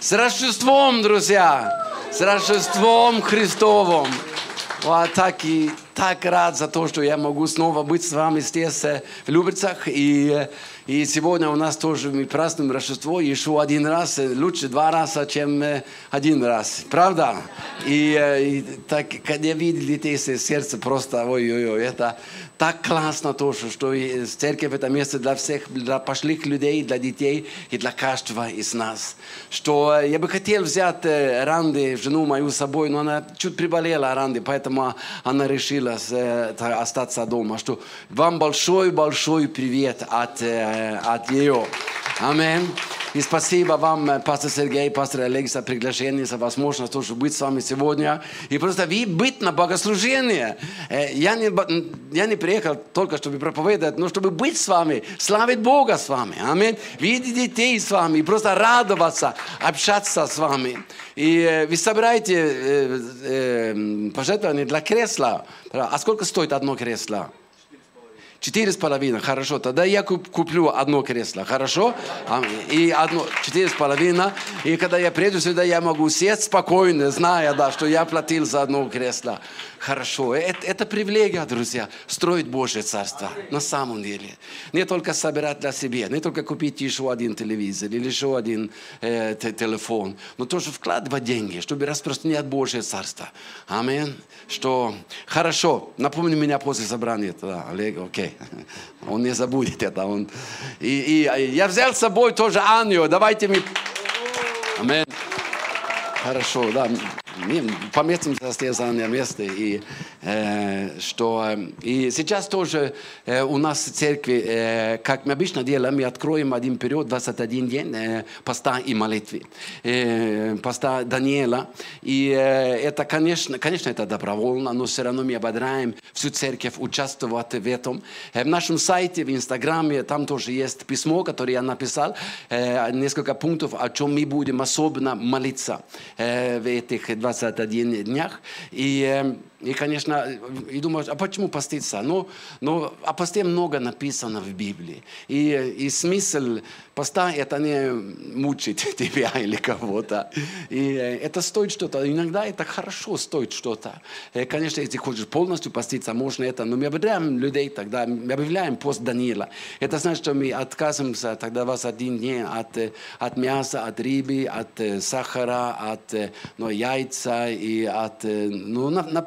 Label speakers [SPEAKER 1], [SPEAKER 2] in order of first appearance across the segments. [SPEAKER 1] С Рождеством, друзья! С Рождеством Христовым! О, так и так рад за то, что я могу снова быть с вами здесь э, в Люберцах. И, э, и сегодня у нас тоже мы празднуем Рождество еще один раз, э, лучше два раза, чем э, один раз. Правда? И, э, и так, когда видели эти сердце просто, ой-ой-ой, это так классно тоже, что и э, церковь это место для всех, для пошлых людей, для детей и для каждого из нас. Что э, я бы хотел взять э, Ранди, жену мою с собой, но она чуть приболела, Ранди, поэтому она решила э, та- остаться дома. Что вам большой-большой привет от, э, от нее. Аминь. И спасибо вам, э, пастор Сергей, пастор Олег, за приглашение, за возможность тоже быть с вами сегодня. И просто вы быть на богослужении. Э, Я не, бо- н- я не приехал только, чтобы проповедовать, но чтобы быть с вами, славить Бога с вами. Аминь. Видеть детей с вами, и просто радоваться, общаться с вами. И э, вы собираете э, э, пожертвования для кресла. А сколько стоит одно кресло? Четыре с половиной, хорошо. Тогда я куп- куплю одно кресло, хорошо? А, И одно, четыре с половиной. И когда я приеду сюда, я могу сесть спокойно, зная, да, что я платил за одно кресло. Хорошо. Э- Это, привилегия, друзья, строить Божье Царство. На самом деле. Не только собирать для себя, не только купить еще один телевизор или еще один э, те- телефон, но тоже вкладывать деньги, чтобы распространять Божье Царство. Аминь. Что хорошо. Напомни меня после собрания. Да, Олег, окей. Он не забудет это. Он... И, и я взял с собой тоже Аню. Давайте мы... Аминь. Хорошо, да. Мне поместим состязание место. И, э, что, э, и сейчас тоже э, у нас в церкви, э, как мы обычно делаем, мы откроем один период, 21 день э, поста и молитвы. Э, поста Даниила. И э, это, конечно, конечно, это добровольно, но все равно мы ободряем всю церковь участвовать в этом. Э, в нашем сайте, в Инстаграме, там тоже есть письмо, которое я написал, э, несколько пунктов, о чем мы будем особенно молиться э, в этих 21 днях. И, э, и конечно, и думаешь, а почему поститься? Ну, но о посте много написано в Библии. И, э, и смысл поста – это не мучить тебя или кого-то. И э, это стоит что-то. Иногда это хорошо стоит что-то. Э, Конечно, если хочешь полностью поститься, можно это. Но мы объявляем людей тогда, мы объявляем пост Даниила. Это значит, что мы отказываемся тогда вас один день от, э, от мяса, от рыбы, от э, сахара, от э, ну, яйца и от э, ну, на- на-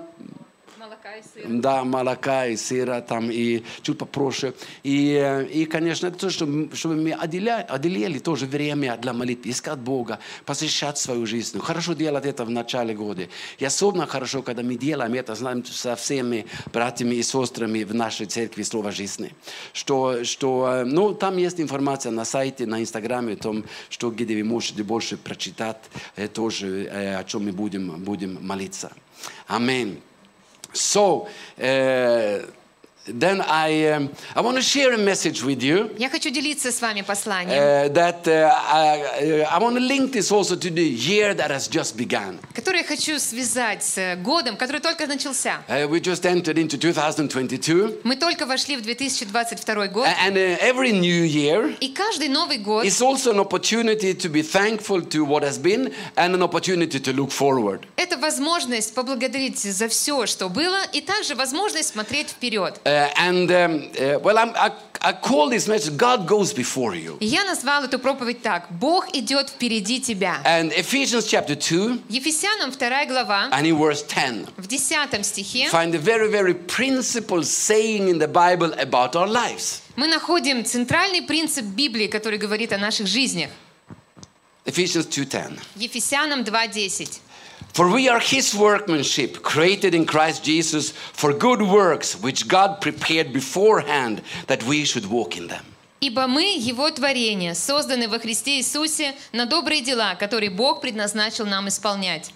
[SPEAKER 2] Молока и сыр.
[SPEAKER 1] да, молока и сыра там и чуть попроще. И, э, и конечно, это то, что м- чтобы мы отделя- отделили тоже время для молитвы, искать Бога, посвящать свою жизнь. Ну, Хорошо делать это в начале года. И особенно хорошо, когда мы делаем это знаем, со всеми братьями и сестрами в нашей церкви Слова Жизни. Что, что, э, ну, там есть информация на сайте, на Инстаграме о том, что где вы можете больше прочитать, э, тоже э, о чем мы будем, будем молиться. Аминь. So, uh, then I, um, I want to share a message with you
[SPEAKER 2] Я хочу делиться с вами посланием,
[SPEAKER 1] uh, that uh, I, I want to link this also to the year that has just begun.
[SPEAKER 2] которое я хочу связать с э, годом, который только начался.
[SPEAKER 1] Uh, we just entered into 2022,
[SPEAKER 2] Мы только вошли в 2022
[SPEAKER 1] a-
[SPEAKER 2] год,
[SPEAKER 1] and uh, every new year
[SPEAKER 2] и каждый Новый год
[SPEAKER 1] is also an opportunity to be thankful to what has been and an opportunity to look forward.
[SPEAKER 2] — это возможность поблагодарить за все, что было, и также возможность смотреть вперед.
[SPEAKER 1] Uh, and um, uh, well, I'm, I, I call this message God Goes Before You.
[SPEAKER 2] И Я назвал эту проповедь так «Бог идет впереди тебя».
[SPEAKER 1] And Ephesians chapter 2,
[SPEAKER 2] Ефесянам 2 глава,
[SPEAKER 1] and in verse 10.
[SPEAKER 2] в 10 стихе,
[SPEAKER 1] find a very, very principal saying in the Bible about our lives.
[SPEAKER 2] мы находим центральный принцип Библии, который говорит о наших жизнях.
[SPEAKER 1] Ephesians 2:10.
[SPEAKER 2] Ефесянам 2.10.
[SPEAKER 1] For we are his workmanship, created in Christ Jesus for good works, which God prepared beforehand that we should walk in them.
[SPEAKER 2] Ибо мы Его творение, созданы во Христе Иисусе на добрые дела, которые Бог предназначил нам исполнять.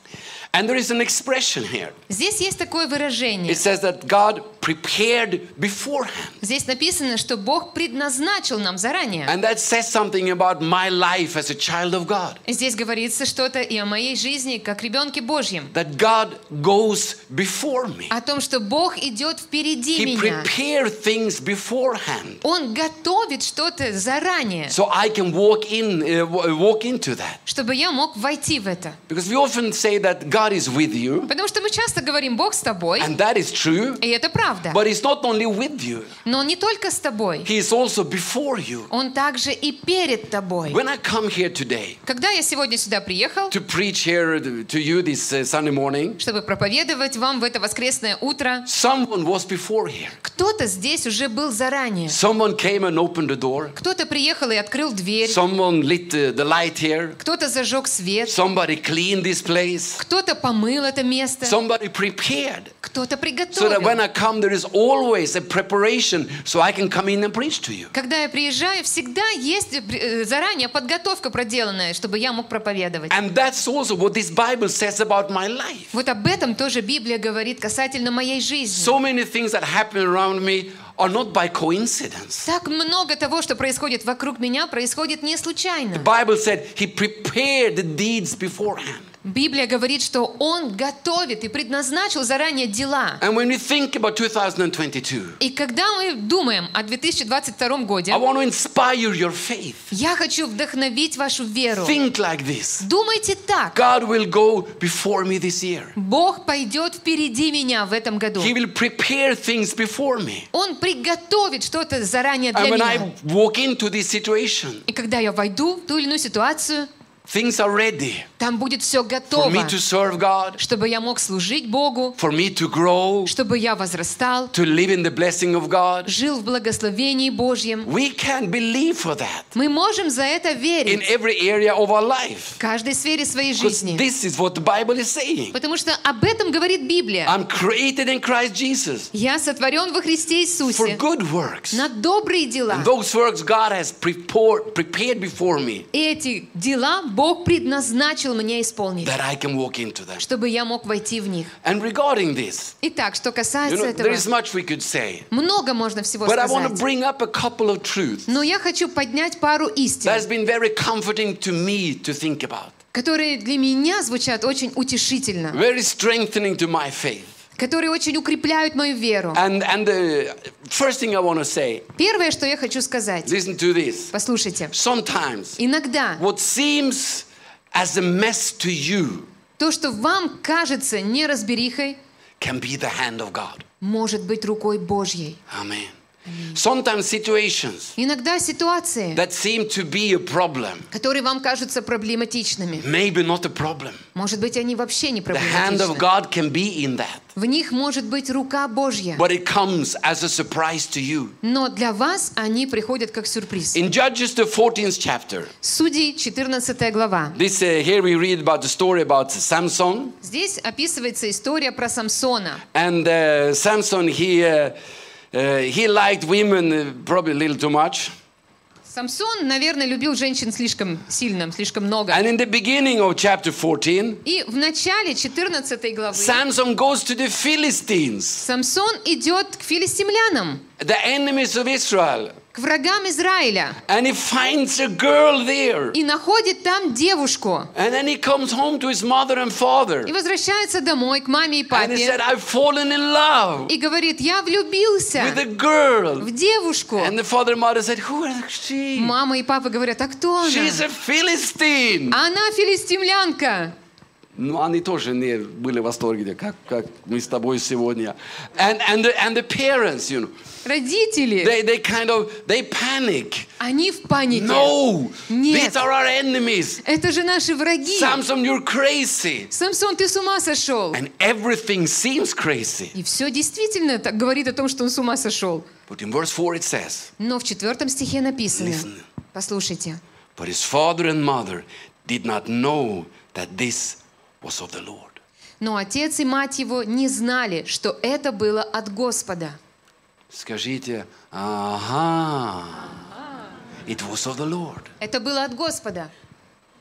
[SPEAKER 1] And there is an expression here.
[SPEAKER 2] Здесь есть такое выражение.
[SPEAKER 1] It says that God prepared beforehand.
[SPEAKER 2] Здесь написано, что Бог предназначил нам заранее.
[SPEAKER 1] And that says something about my life as a child of God.
[SPEAKER 2] Здесь говорится что-то и о моей жизни, как ребенке Божьем.
[SPEAKER 1] That God goes before me.
[SPEAKER 2] О том, что Бог идет впереди
[SPEAKER 1] He
[SPEAKER 2] меня.
[SPEAKER 1] prepared things beforehand.
[SPEAKER 2] Он готовит что-то заранее,
[SPEAKER 1] So I can walk in, uh, w- walk into that.
[SPEAKER 2] чтобы я мог войти в это.
[SPEAKER 1] Because we often say that God is with you,
[SPEAKER 2] Потому что мы часто говорим «Бог с тобой»,
[SPEAKER 1] and that is true.
[SPEAKER 2] и это правда.
[SPEAKER 1] But He's not only with you,
[SPEAKER 2] Но Он не только с тобой,
[SPEAKER 1] He is also before you.
[SPEAKER 2] Он также и перед тобой.
[SPEAKER 1] When I come here today
[SPEAKER 2] Когда я сегодня сюда приехал,
[SPEAKER 1] to preach here to you this uh, Sunday morning,
[SPEAKER 2] чтобы проповедовать вам в это воскресное утро,
[SPEAKER 1] someone was before here.
[SPEAKER 2] кто-то здесь уже был заранее.
[SPEAKER 1] Someone came and opened the door.
[SPEAKER 2] Кто-то приехал и открыл дверь,
[SPEAKER 1] Someone lit the, the light here.
[SPEAKER 2] кто-то зажег свет,
[SPEAKER 1] Somebody cleaned this place.
[SPEAKER 2] кто-то помыл это место,
[SPEAKER 1] Somebody prepared.
[SPEAKER 2] кто-то
[SPEAKER 1] So that when
[SPEAKER 2] приготовил.
[SPEAKER 1] I come, there is always a preparation so I can come in and preach to you.
[SPEAKER 2] Когда я приезжаю, всегда есть э, заранее подготовка проделанная, чтобы я мог проповедовать.
[SPEAKER 1] And that's also what this Bible says about my life.
[SPEAKER 2] Вот об этом тоже Библия говорит касательно моей жизни.
[SPEAKER 1] So many things that happen around me are not by coincidence.
[SPEAKER 2] Так много того, что происходит вокруг меня, происходит не случайно.
[SPEAKER 1] Bible said he prepared the deeds beforehand.
[SPEAKER 2] Библия говорит, что Он готовит и предназначил заранее дела.
[SPEAKER 1] And when we think about 2022,
[SPEAKER 2] И когда мы думаем о 2022
[SPEAKER 1] I
[SPEAKER 2] году,
[SPEAKER 1] want to inspire your faith.
[SPEAKER 2] я хочу вдохновить вашу веру.
[SPEAKER 1] Think like this.
[SPEAKER 2] Думайте так.
[SPEAKER 1] God will go before me this year.
[SPEAKER 2] Бог пойдет впереди меня в этом году.
[SPEAKER 1] He will prepare things before me.
[SPEAKER 2] Он приготовит что-то заранее для
[SPEAKER 1] And when
[SPEAKER 2] меня.
[SPEAKER 1] I walk into this situation,
[SPEAKER 2] И когда я войду в ту или иную ситуацию,
[SPEAKER 1] things are ready
[SPEAKER 2] там будет все
[SPEAKER 1] for me
[SPEAKER 2] готово,
[SPEAKER 1] to serve God,
[SPEAKER 2] чтобы я мог служить Богу,
[SPEAKER 1] for me to grow,
[SPEAKER 2] чтобы я возрастал,
[SPEAKER 1] to live in the blessing of God.
[SPEAKER 2] жил в благословении Божьем.
[SPEAKER 1] We can believe for that
[SPEAKER 2] Мы можем за это
[SPEAKER 1] in
[SPEAKER 2] верить
[SPEAKER 1] every area of our life.
[SPEAKER 2] в каждой сфере своей
[SPEAKER 1] 'Cause
[SPEAKER 2] жизни.
[SPEAKER 1] this is what the Bible is saying.
[SPEAKER 2] Потому что об этом говорит Библия.
[SPEAKER 1] I'm created in Christ Jesus
[SPEAKER 2] Я сотворен во Христе
[SPEAKER 1] for
[SPEAKER 2] Иисусе
[SPEAKER 1] good works.
[SPEAKER 2] на добрые дела.
[SPEAKER 1] And those works God has prepared, prepared before me
[SPEAKER 2] Эти дела Бог предназначил мне исполнить,
[SPEAKER 1] that I can walk into them.
[SPEAKER 2] чтобы я мог войти в них.
[SPEAKER 1] And regarding this,
[SPEAKER 2] Итак, что
[SPEAKER 1] you
[SPEAKER 2] касается
[SPEAKER 1] know, there is
[SPEAKER 2] этого,
[SPEAKER 1] much we could say,
[SPEAKER 2] много можно всего
[SPEAKER 1] but I want to
[SPEAKER 2] сказать.
[SPEAKER 1] bring up a couple of truths
[SPEAKER 2] Но я хочу поднять пару
[SPEAKER 1] that
[SPEAKER 2] истин,
[SPEAKER 1] has been very comforting to me to think about,
[SPEAKER 2] которые для меня звучат очень утешительно,
[SPEAKER 1] very strengthening to my faith.
[SPEAKER 2] которые очень укрепляют мою веру.
[SPEAKER 1] And and the first thing I want to say,
[SPEAKER 2] Первое, что я хочу сказать,
[SPEAKER 1] listen to this.
[SPEAKER 2] послушайте,
[SPEAKER 1] Sometimes
[SPEAKER 2] иногда
[SPEAKER 1] what seems as a mess to you
[SPEAKER 2] то, что вам кажется неразберихой,
[SPEAKER 1] can be the hand of God.
[SPEAKER 2] может быть рукой Божьей.
[SPEAKER 1] Amen. Sometimes situations
[SPEAKER 2] Иногда ситуации,
[SPEAKER 1] that seem to be a problem
[SPEAKER 2] которые вам кажутся проблематичными,
[SPEAKER 1] maybe not a problem.
[SPEAKER 2] может быть, они вообще не
[SPEAKER 1] The hand of
[SPEAKER 2] проблематичны.
[SPEAKER 1] God can be in that,
[SPEAKER 2] В них может быть рука Божья,
[SPEAKER 1] but it comes as a surprise to you.
[SPEAKER 2] но для вас они приходят как сюрприз.
[SPEAKER 1] In Judges, the 14th chapter,
[SPEAKER 2] Судей, 14 глава.
[SPEAKER 1] this uh, here we read about the story about Samson,
[SPEAKER 2] Здесь описывается история про Самсона.
[SPEAKER 1] and uh, Samson he uh, uh, he liked women uh, probably a little too much.
[SPEAKER 2] Самсон, наверное, любил женщин слишком сильно, слишком много.
[SPEAKER 1] And in the beginning of chapter 14,
[SPEAKER 2] И в начале 14 главы
[SPEAKER 1] Samson goes to the Philistines,
[SPEAKER 2] Самсон идет к филистимлянам,
[SPEAKER 1] the enemies of Israel,
[SPEAKER 2] к врагам Израиля,
[SPEAKER 1] and he finds a girl there.
[SPEAKER 2] и находит там девушку.
[SPEAKER 1] And then he comes home to his mother and father,
[SPEAKER 2] И возвращается домой к маме и
[SPEAKER 1] and he said,
[SPEAKER 2] папе.
[SPEAKER 1] "I've fallen in love."
[SPEAKER 2] И говорит, я влюбился
[SPEAKER 1] with a girl.
[SPEAKER 2] в девушку.
[SPEAKER 1] And the father and mother said, Who is she?
[SPEAKER 2] Мама и папа говорят, а кто
[SPEAKER 1] She's
[SPEAKER 2] она?
[SPEAKER 1] a Philistine.
[SPEAKER 2] Она филистимлянка.
[SPEAKER 1] Ну, они тоже не были в восторге, как, как мы с тобой сегодня. And, and, the, and the parents, you know,
[SPEAKER 2] Родители,
[SPEAKER 1] they, they kind of, they panic.
[SPEAKER 2] они в панике.
[SPEAKER 1] No,
[SPEAKER 2] Нет.
[SPEAKER 1] these are our enemies.
[SPEAKER 2] Это же наши враги.
[SPEAKER 1] Samson, you're crazy.
[SPEAKER 2] Самсон, ты с ума сошел.
[SPEAKER 1] And everything seems crazy.
[SPEAKER 2] И все действительно так говорит о том, что он с ума сошел.
[SPEAKER 1] But in verse 4 it says,
[SPEAKER 2] Но в четвертом стихе написано.
[SPEAKER 1] Listen.
[SPEAKER 2] Послушайте.
[SPEAKER 1] But his father and mother did not know that this was of the Lord.
[SPEAKER 2] Но отец и мать его не знали, что это было от Господа.
[SPEAKER 1] Скажите, ага. It was of the Lord.
[SPEAKER 2] Это было от Господа.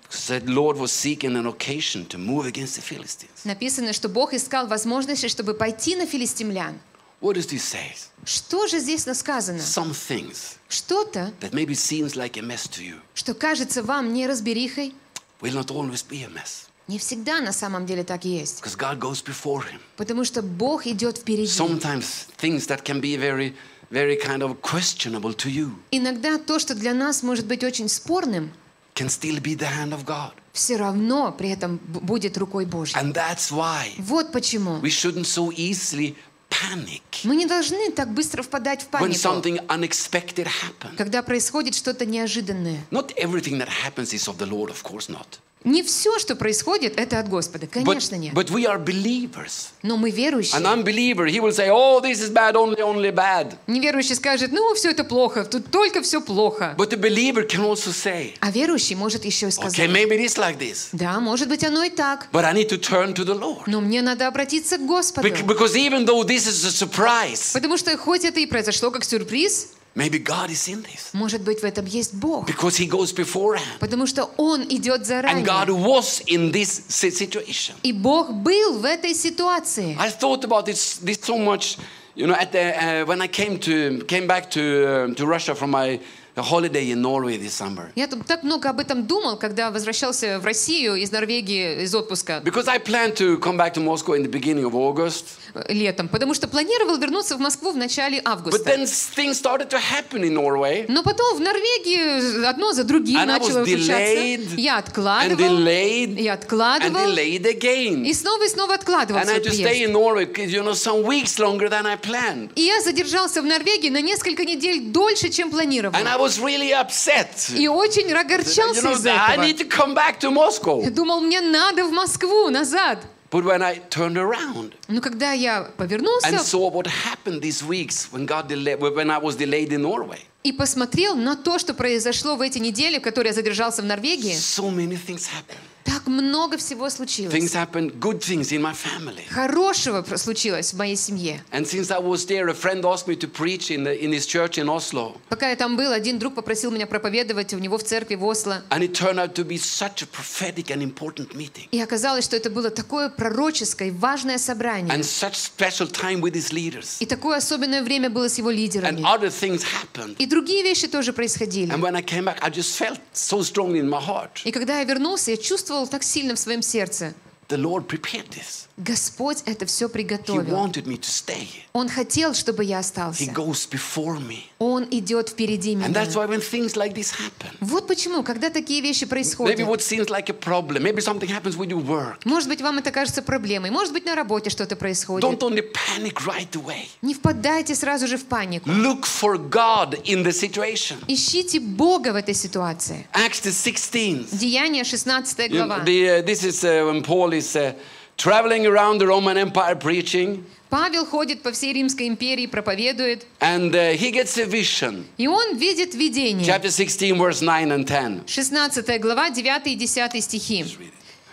[SPEAKER 1] Said Lord was seeking an occasion to move against the Philistines.
[SPEAKER 2] Написано, что Бог искал возможности, чтобы пойти на филистимлян.
[SPEAKER 1] What does this say?
[SPEAKER 2] Что же здесь сказано?
[SPEAKER 1] Some things
[SPEAKER 2] Что-то,
[SPEAKER 1] that maybe seems like a mess to you
[SPEAKER 2] что кажется вам неразберихой,
[SPEAKER 1] will not always be a mess
[SPEAKER 2] не всегда на самом деле так есть.
[SPEAKER 1] because God goes before him.
[SPEAKER 2] Потому что Бог идет впереди.
[SPEAKER 1] Sometimes things that can be very, very kind of questionable to you
[SPEAKER 2] Иногда то, что для нас может быть очень спорным,
[SPEAKER 1] can still be the hand of God.
[SPEAKER 2] все равно при этом б- будет рукой Божьей.
[SPEAKER 1] And that's why
[SPEAKER 2] Вот почему.
[SPEAKER 1] we shouldn't so easily panic
[SPEAKER 2] Мы не должны так быстро впадать в
[SPEAKER 1] when
[SPEAKER 2] панику,
[SPEAKER 1] something unexpected happens.
[SPEAKER 2] когда происходит что-то неожиданное.
[SPEAKER 1] Not everything that happens is of the Lord, of course not.
[SPEAKER 2] Не все, что происходит, это от Господа.
[SPEAKER 1] But,
[SPEAKER 2] Конечно, нет.
[SPEAKER 1] but we are believers.
[SPEAKER 2] Но мы
[SPEAKER 1] An
[SPEAKER 2] верующие.
[SPEAKER 1] unbeliever, he will say, Oh, this is bad, only, only bad.
[SPEAKER 2] Неверующий скажет, ну, все это плохо, тут только все плохо.
[SPEAKER 1] But the believer can also say,
[SPEAKER 2] А верующий может еще и
[SPEAKER 1] Okay,
[SPEAKER 2] сказать,
[SPEAKER 1] maybe it is like this,
[SPEAKER 2] да, может быть, оно и так,
[SPEAKER 1] but I need to turn to the Lord.
[SPEAKER 2] но мне надо обратиться к Господу.
[SPEAKER 1] Bec- because even though this is a surprise,
[SPEAKER 2] Потому что хоть это и произошло как сюрприз,
[SPEAKER 1] maybe God is in this.
[SPEAKER 2] может быть, в этом есть Бог.
[SPEAKER 1] Because he goes beforehand.
[SPEAKER 2] Потому что Он идет
[SPEAKER 1] And God
[SPEAKER 2] заранее.
[SPEAKER 1] was in this si- situation.
[SPEAKER 2] И Бог был в этой ситуации.
[SPEAKER 1] I thought about this, this so much, you know, at the, uh, when I came to came back to um, to Russia from my holiday in Norway this summer,
[SPEAKER 2] Я тут так много об этом думал, когда возвращался в Россию из Норвегии из отпуска
[SPEAKER 1] because I planned to come back to Moscow in the beginning of August,
[SPEAKER 2] э, летом, потому что планировал вернуться в Москву в начале
[SPEAKER 1] but
[SPEAKER 2] августа.
[SPEAKER 1] then things started to happen in Norway,
[SPEAKER 2] Но потом в Норвегии одно за другим
[SPEAKER 1] And I was
[SPEAKER 2] начало случаться.
[SPEAKER 1] delayed,
[SPEAKER 2] Я
[SPEAKER 1] and
[SPEAKER 2] откладывал,
[SPEAKER 1] delayed,
[SPEAKER 2] я
[SPEAKER 1] and
[SPEAKER 2] откладывал,
[SPEAKER 1] delayed
[SPEAKER 2] и
[SPEAKER 1] again,
[SPEAKER 2] снова и снова откладывал
[SPEAKER 1] and I
[SPEAKER 2] свой
[SPEAKER 1] had to
[SPEAKER 2] приезд.
[SPEAKER 1] stay in Norway, 'cause, you know, some weeks longer than I planned,
[SPEAKER 2] И я задержался в Норвегии на несколько недель дольше, чем планировал.
[SPEAKER 1] and I was really upset.
[SPEAKER 2] И очень
[SPEAKER 1] You
[SPEAKER 2] огорчался
[SPEAKER 1] know,
[SPEAKER 2] из-за
[SPEAKER 1] I
[SPEAKER 2] этого.
[SPEAKER 1] need to come back to Moscow.
[SPEAKER 2] Я думал, мне надо в Москву, назад.
[SPEAKER 1] But when I turned around,
[SPEAKER 2] Но когда я
[SPEAKER 1] and
[SPEAKER 2] повернулся
[SPEAKER 1] saw what happened these weeks when God delayed, when I was delayed in Norway.
[SPEAKER 2] и посмотрел на то, что произошло в эти недели, в которые я задержался в Норвегии,
[SPEAKER 1] So many things happened.
[SPEAKER 2] так много всего
[SPEAKER 1] Things
[SPEAKER 2] случилось.
[SPEAKER 1] happened, good things in my family.
[SPEAKER 2] Хорошего про- случилось в моей семье.
[SPEAKER 1] And since I was there, a friend asked me to preach in, the, in his church in Oslo.
[SPEAKER 2] Пока я там был, один друг попросил меня проповедовать у него в церкви в Осло.
[SPEAKER 1] And it turned out to be such a prophetic and important meeting.
[SPEAKER 2] И оказалось, что это было такое пророческое и важное собрание.
[SPEAKER 1] And such special time with his leaders.
[SPEAKER 2] И такое особенное время было с его
[SPEAKER 1] And
[SPEAKER 2] лидерами.
[SPEAKER 1] other things happened.
[SPEAKER 2] И другие вещи тоже происходили.
[SPEAKER 1] And when I came back, I just felt so strongly in my heart.
[SPEAKER 2] И когда я вернулся, я чувствовал так сильно в своем сердце.
[SPEAKER 1] The Lord prepared this.
[SPEAKER 2] Господь это все
[SPEAKER 1] He
[SPEAKER 2] приготовил.
[SPEAKER 1] wanted me to stay.
[SPEAKER 2] Он хотел, чтобы я
[SPEAKER 1] He
[SPEAKER 2] остался.
[SPEAKER 1] goes before me.
[SPEAKER 2] Он идет впереди
[SPEAKER 1] And that's
[SPEAKER 2] меня.
[SPEAKER 1] why when things like this happen,
[SPEAKER 2] Вот почему, когда такие вещи
[SPEAKER 1] Maybe
[SPEAKER 2] происходят,
[SPEAKER 1] what seems like a problem, maybe something happens with your work.
[SPEAKER 2] может быть, вам это кажется проблемой, может быть, на работе что-то
[SPEAKER 1] Don't
[SPEAKER 2] происходит.
[SPEAKER 1] only panic right away.
[SPEAKER 2] Не впадайте сразу же в панику.
[SPEAKER 1] Look for God in the situation.
[SPEAKER 2] Ищите Бога в этой ситуации.
[SPEAKER 1] Acts the 16th.
[SPEAKER 2] Деяние 16
[SPEAKER 1] You know,
[SPEAKER 2] глава.
[SPEAKER 1] the, uh, this is uh, when Paul is uh, traveling around the Roman Empire preaching,
[SPEAKER 2] Павел ходит по всей Римской империи, проповедует,
[SPEAKER 1] and uh, he gets a vision.
[SPEAKER 2] и он видит видение.
[SPEAKER 1] Chapter 16, verse 9 and 10.
[SPEAKER 2] 16 глава, 9 и 10 стихи.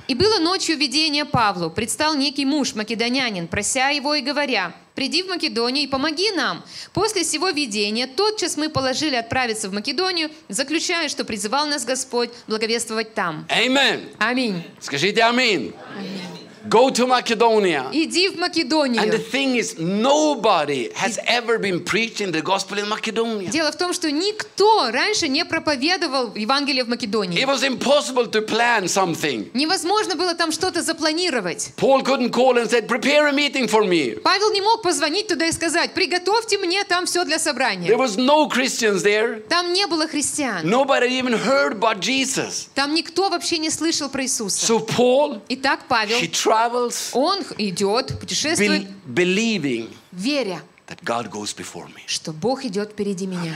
[SPEAKER 2] «И было ночью видение Павлу. Предстал некий муж, македонянин, прося его и говоря, «Приди в Македонию и помоги нам». После сего видения тотчас мы положили отправиться в Македонию, заключая, что призывал нас Господь благовествовать там.
[SPEAKER 1] Amen.
[SPEAKER 2] Аминь.
[SPEAKER 1] Скажите амин. Go to Macedonia.
[SPEAKER 2] Иди в
[SPEAKER 1] And the
[SPEAKER 2] Македонию.
[SPEAKER 1] thing is, nobody has ever been preaching the gospel in Macedonia.
[SPEAKER 2] Дело в том, что никто раньше не проповедовал Евангелие в Македонии.
[SPEAKER 1] It was impossible to plan something.
[SPEAKER 2] Невозможно было там что-то запланировать.
[SPEAKER 1] Paul couldn't call and said, prepare a meeting for me.
[SPEAKER 2] Павел не мог позвонить туда и сказать, приготовьте мне там все для собрания.
[SPEAKER 1] There was no Christians there.
[SPEAKER 2] Там не было христиан.
[SPEAKER 1] Nobody even heard about Jesus.
[SPEAKER 2] Там никто вообще не слышал про Иисуса.
[SPEAKER 1] So Paul,
[SPEAKER 2] Итак, Павел,
[SPEAKER 1] he travels
[SPEAKER 2] он х- идет, путешествует,
[SPEAKER 1] bel- believing
[SPEAKER 2] веря,
[SPEAKER 1] that God goes before me.
[SPEAKER 2] что Бог идет впереди меня.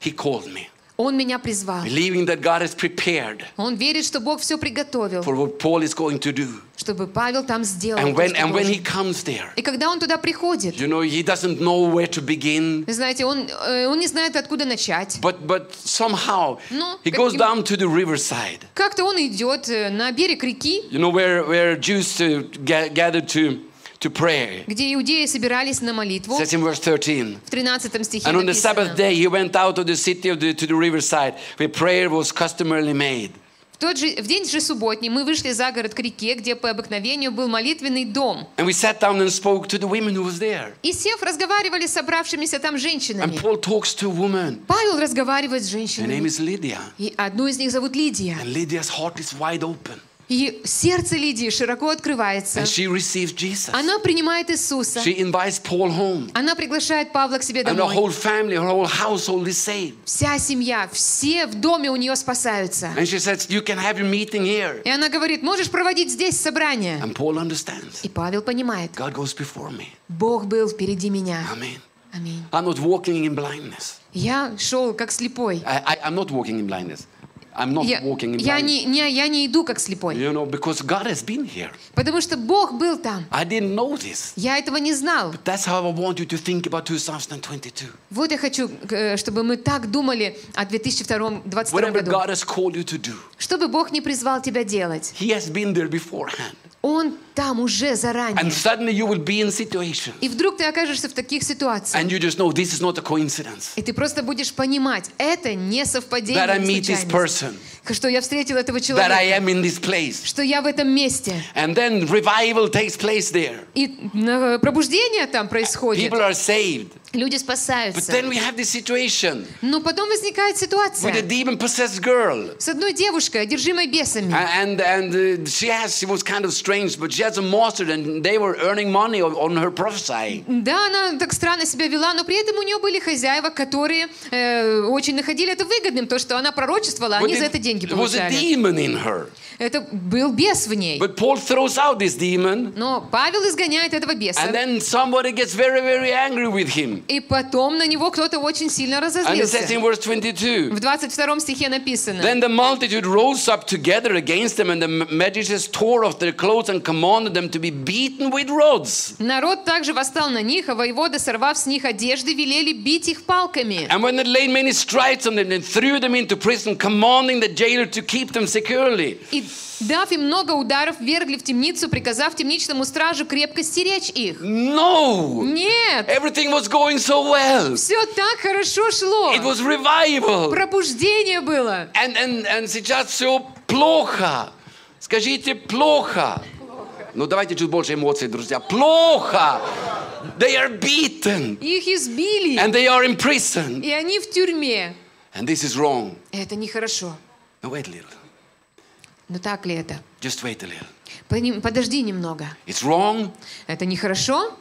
[SPEAKER 1] He called me,
[SPEAKER 2] Он меня призвал.
[SPEAKER 1] believing that God is prepared
[SPEAKER 2] Он верит, что Бог все приготовил,
[SPEAKER 1] for what Paul is going to do.
[SPEAKER 2] чтобы Павел там сделал.
[SPEAKER 1] And
[SPEAKER 2] то,
[SPEAKER 1] when
[SPEAKER 2] что
[SPEAKER 1] and when
[SPEAKER 2] должен.
[SPEAKER 1] he comes there,
[SPEAKER 2] И когда он туда приходит,
[SPEAKER 1] you know, he doesn't know where to begin.
[SPEAKER 2] вы знаете, он, э, он не знает, откуда начать.
[SPEAKER 1] But but somehow
[SPEAKER 2] Ну,
[SPEAKER 1] he goes
[SPEAKER 2] каким-
[SPEAKER 1] down to the riverside.
[SPEAKER 2] Как-то он идет э, на берег реки,
[SPEAKER 1] You know where where Jews uh, ga- gathered to to pray.
[SPEAKER 2] где иудеи собирались на молитву.
[SPEAKER 1] says in verse 13.
[SPEAKER 2] В 13 стихе
[SPEAKER 1] And on the
[SPEAKER 2] написано.
[SPEAKER 1] Sabbath day he went out of the city of the, to the riverside where prayer was customarily made.
[SPEAKER 2] В В, тот же, в день же субботний мы вышли за город к реке, где по обыкновению был молитвенный дом.
[SPEAKER 1] And we sat down and spoke to the women who was there.
[SPEAKER 2] И сев, разговаривали с собравшимися там
[SPEAKER 1] And
[SPEAKER 2] женщинами.
[SPEAKER 1] Paul talks to a woman.
[SPEAKER 2] Павел разговаривает
[SPEAKER 1] Her
[SPEAKER 2] с
[SPEAKER 1] name
[SPEAKER 2] женщинами.
[SPEAKER 1] is Lydia.
[SPEAKER 2] И одну из них зовут Лидия.
[SPEAKER 1] And Lydia's heart is wide open.
[SPEAKER 2] И сердце Лидии широко открывается.
[SPEAKER 1] And she receives Jesus.
[SPEAKER 2] Она принимает Иисуса.
[SPEAKER 1] She invites Paul home.
[SPEAKER 2] Она приглашает Павла к себе
[SPEAKER 1] And her
[SPEAKER 2] домой.
[SPEAKER 1] whole family, her whole household is saved.
[SPEAKER 2] Вся семья, все в доме у нее спасаются.
[SPEAKER 1] And she says, You can have your meeting here.
[SPEAKER 2] И она говорит, можешь проводить здесь собрание.
[SPEAKER 1] And Paul understands.
[SPEAKER 2] И Павел понимает,
[SPEAKER 1] God goes before me.
[SPEAKER 2] Бог был впереди меня.
[SPEAKER 1] Amen.
[SPEAKER 2] Аминь.
[SPEAKER 1] I'm not walking in blindness.
[SPEAKER 2] Я шел как слепой.
[SPEAKER 1] I, I, I'm not walking in blindness. I'm not
[SPEAKER 2] Я,
[SPEAKER 1] walking in
[SPEAKER 2] я
[SPEAKER 1] blindness.
[SPEAKER 2] не, не- я не иду как слепой,
[SPEAKER 1] You know, because God has been here.
[SPEAKER 2] потому что Бог был там.
[SPEAKER 1] I didn't know this.
[SPEAKER 2] Я этого не знал.
[SPEAKER 1] That's how I want you to think about 2022.
[SPEAKER 2] Вот я хочу, э, чтобы мы так думали о 2022
[SPEAKER 1] Whatever
[SPEAKER 2] году.
[SPEAKER 1] God has called you to do,
[SPEAKER 2] Что бы Бог не призвал тебя делать,
[SPEAKER 1] He has been there beforehand.
[SPEAKER 2] Он там уже заранее.
[SPEAKER 1] And suddenly you will be in situation.
[SPEAKER 2] И вдруг ты окажешься в таких ситуациях.
[SPEAKER 1] And you just know this is not a coincidence
[SPEAKER 2] И ты просто будешь понимать, это не совпадение,
[SPEAKER 1] that I
[SPEAKER 2] не
[SPEAKER 1] meet this
[SPEAKER 2] случайность.
[SPEAKER 1] person,
[SPEAKER 2] что я встретил этого
[SPEAKER 1] that I
[SPEAKER 2] человека,
[SPEAKER 1] am in this place.
[SPEAKER 2] что я в этом месте.
[SPEAKER 1] And then revival takes place there.
[SPEAKER 2] И э, пробуждение там происходит.
[SPEAKER 1] People are saved.
[SPEAKER 2] Люди
[SPEAKER 1] But
[SPEAKER 2] спасаются.
[SPEAKER 1] then we have this situation
[SPEAKER 2] Но потом возникает
[SPEAKER 1] with a
[SPEAKER 2] ситуация
[SPEAKER 1] demon possessed girl.
[SPEAKER 2] с одной девушкой, одержимой бесами.
[SPEAKER 1] And and uh, she has she was kind of strange, but she has a master, and they were earning money on, on her prophesying.
[SPEAKER 2] Да, она так странно себя вела, но при этом у нее были хозяева, которые э, очень находили это выгодным, то, что она пророчествовала,
[SPEAKER 1] But
[SPEAKER 2] они за
[SPEAKER 1] it-
[SPEAKER 2] это деньги
[SPEAKER 1] it was a
[SPEAKER 2] получали.
[SPEAKER 1] demon in her.
[SPEAKER 2] Это был бес в ней.
[SPEAKER 1] But Paul throws out this demon,
[SPEAKER 2] Но Павел изгоняет этого
[SPEAKER 1] and
[SPEAKER 2] беса.
[SPEAKER 1] then somebody gets very very angry with him.
[SPEAKER 2] И потом на него кто-то очень сильно
[SPEAKER 1] And it says
[SPEAKER 2] разозлился.
[SPEAKER 1] in verse 22.
[SPEAKER 2] В 22 стихе написано.
[SPEAKER 1] Then the multitude rose up together against them, and the ma- magicians tore off their clothes and commanded them to be beaten with rods.
[SPEAKER 2] Народ также восстал на них, а воевода, сорвав с них одежды, велели бить их палками.
[SPEAKER 1] And when they laid many stripes on them, they threw them into prison, commanding the jailer to keep them securely.
[SPEAKER 2] И, дав им много ударов, вергли в темницу, приказав темничному стражу крепко стеречь их.
[SPEAKER 1] No!
[SPEAKER 2] Нет,
[SPEAKER 1] Everything was going so well.
[SPEAKER 2] все так хорошо шло.
[SPEAKER 1] It was revival.
[SPEAKER 2] Пробуждение было.
[SPEAKER 1] And, and, and сейчас все плохо. Скажите, плохо. Ну, давайте чуть больше эмоций, друзья. Плохо. They are beaten.
[SPEAKER 2] Их избили,
[SPEAKER 1] And they are in prison.
[SPEAKER 2] и они в тюрьме.
[SPEAKER 1] And this is wrong.
[SPEAKER 2] Это нехорошо.
[SPEAKER 1] No, wait a little.
[SPEAKER 2] Но так ли это?
[SPEAKER 1] Just wait a little.
[SPEAKER 2] Пони- Подожди немного.
[SPEAKER 1] It's wrong,
[SPEAKER 2] Это нехорошо?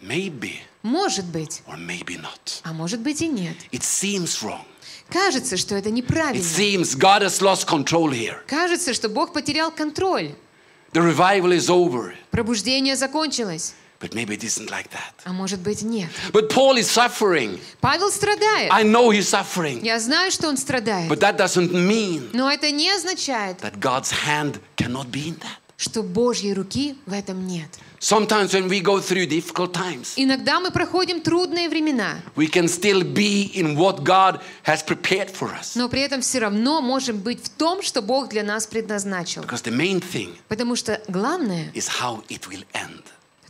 [SPEAKER 1] maybe,
[SPEAKER 2] Может быть.
[SPEAKER 1] or maybe not.
[SPEAKER 2] А может быть и нет.
[SPEAKER 1] It seems wrong.
[SPEAKER 2] Кажется, что это
[SPEAKER 1] It
[SPEAKER 2] неправильно.
[SPEAKER 1] seems God has lost control here.
[SPEAKER 2] Кажется, что Бог потерял контроль.
[SPEAKER 1] The revival is over,
[SPEAKER 2] Пробуждение закончилось.
[SPEAKER 1] but maybe it isn't like that.
[SPEAKER 2] А может быть, нет.
[SPEAKER 1] But Paul is suffering.
[SPEAKER 2] Павел страдает.
[SPEAKER 1] I know he's suffering,
[SPEAKER 2] Я знаю, что он страдает.
[SPEAKER 1] but that doesn't mean
[SPEAKER 2] Но это не означает,
[SPEAKER 1] that God's hand cannot be in that.
[SPEAKER 2] что Божьей руки в этом нет.
[SPEAKER 1] Sometimes when we go through difficult times,
[SPEAKER 2] Иногда мы проходим трудные времена,
[SPEAKER 1] we can still be in what God has prepared for us.
[SPEAKER 2] но при этом все равно можем быть в том, что Бог для нас предназначил.
[SPEAKER 1] Because the main thing
[SPEAKER 2] Потому что главное
[SPEAKER 1] is how it will end.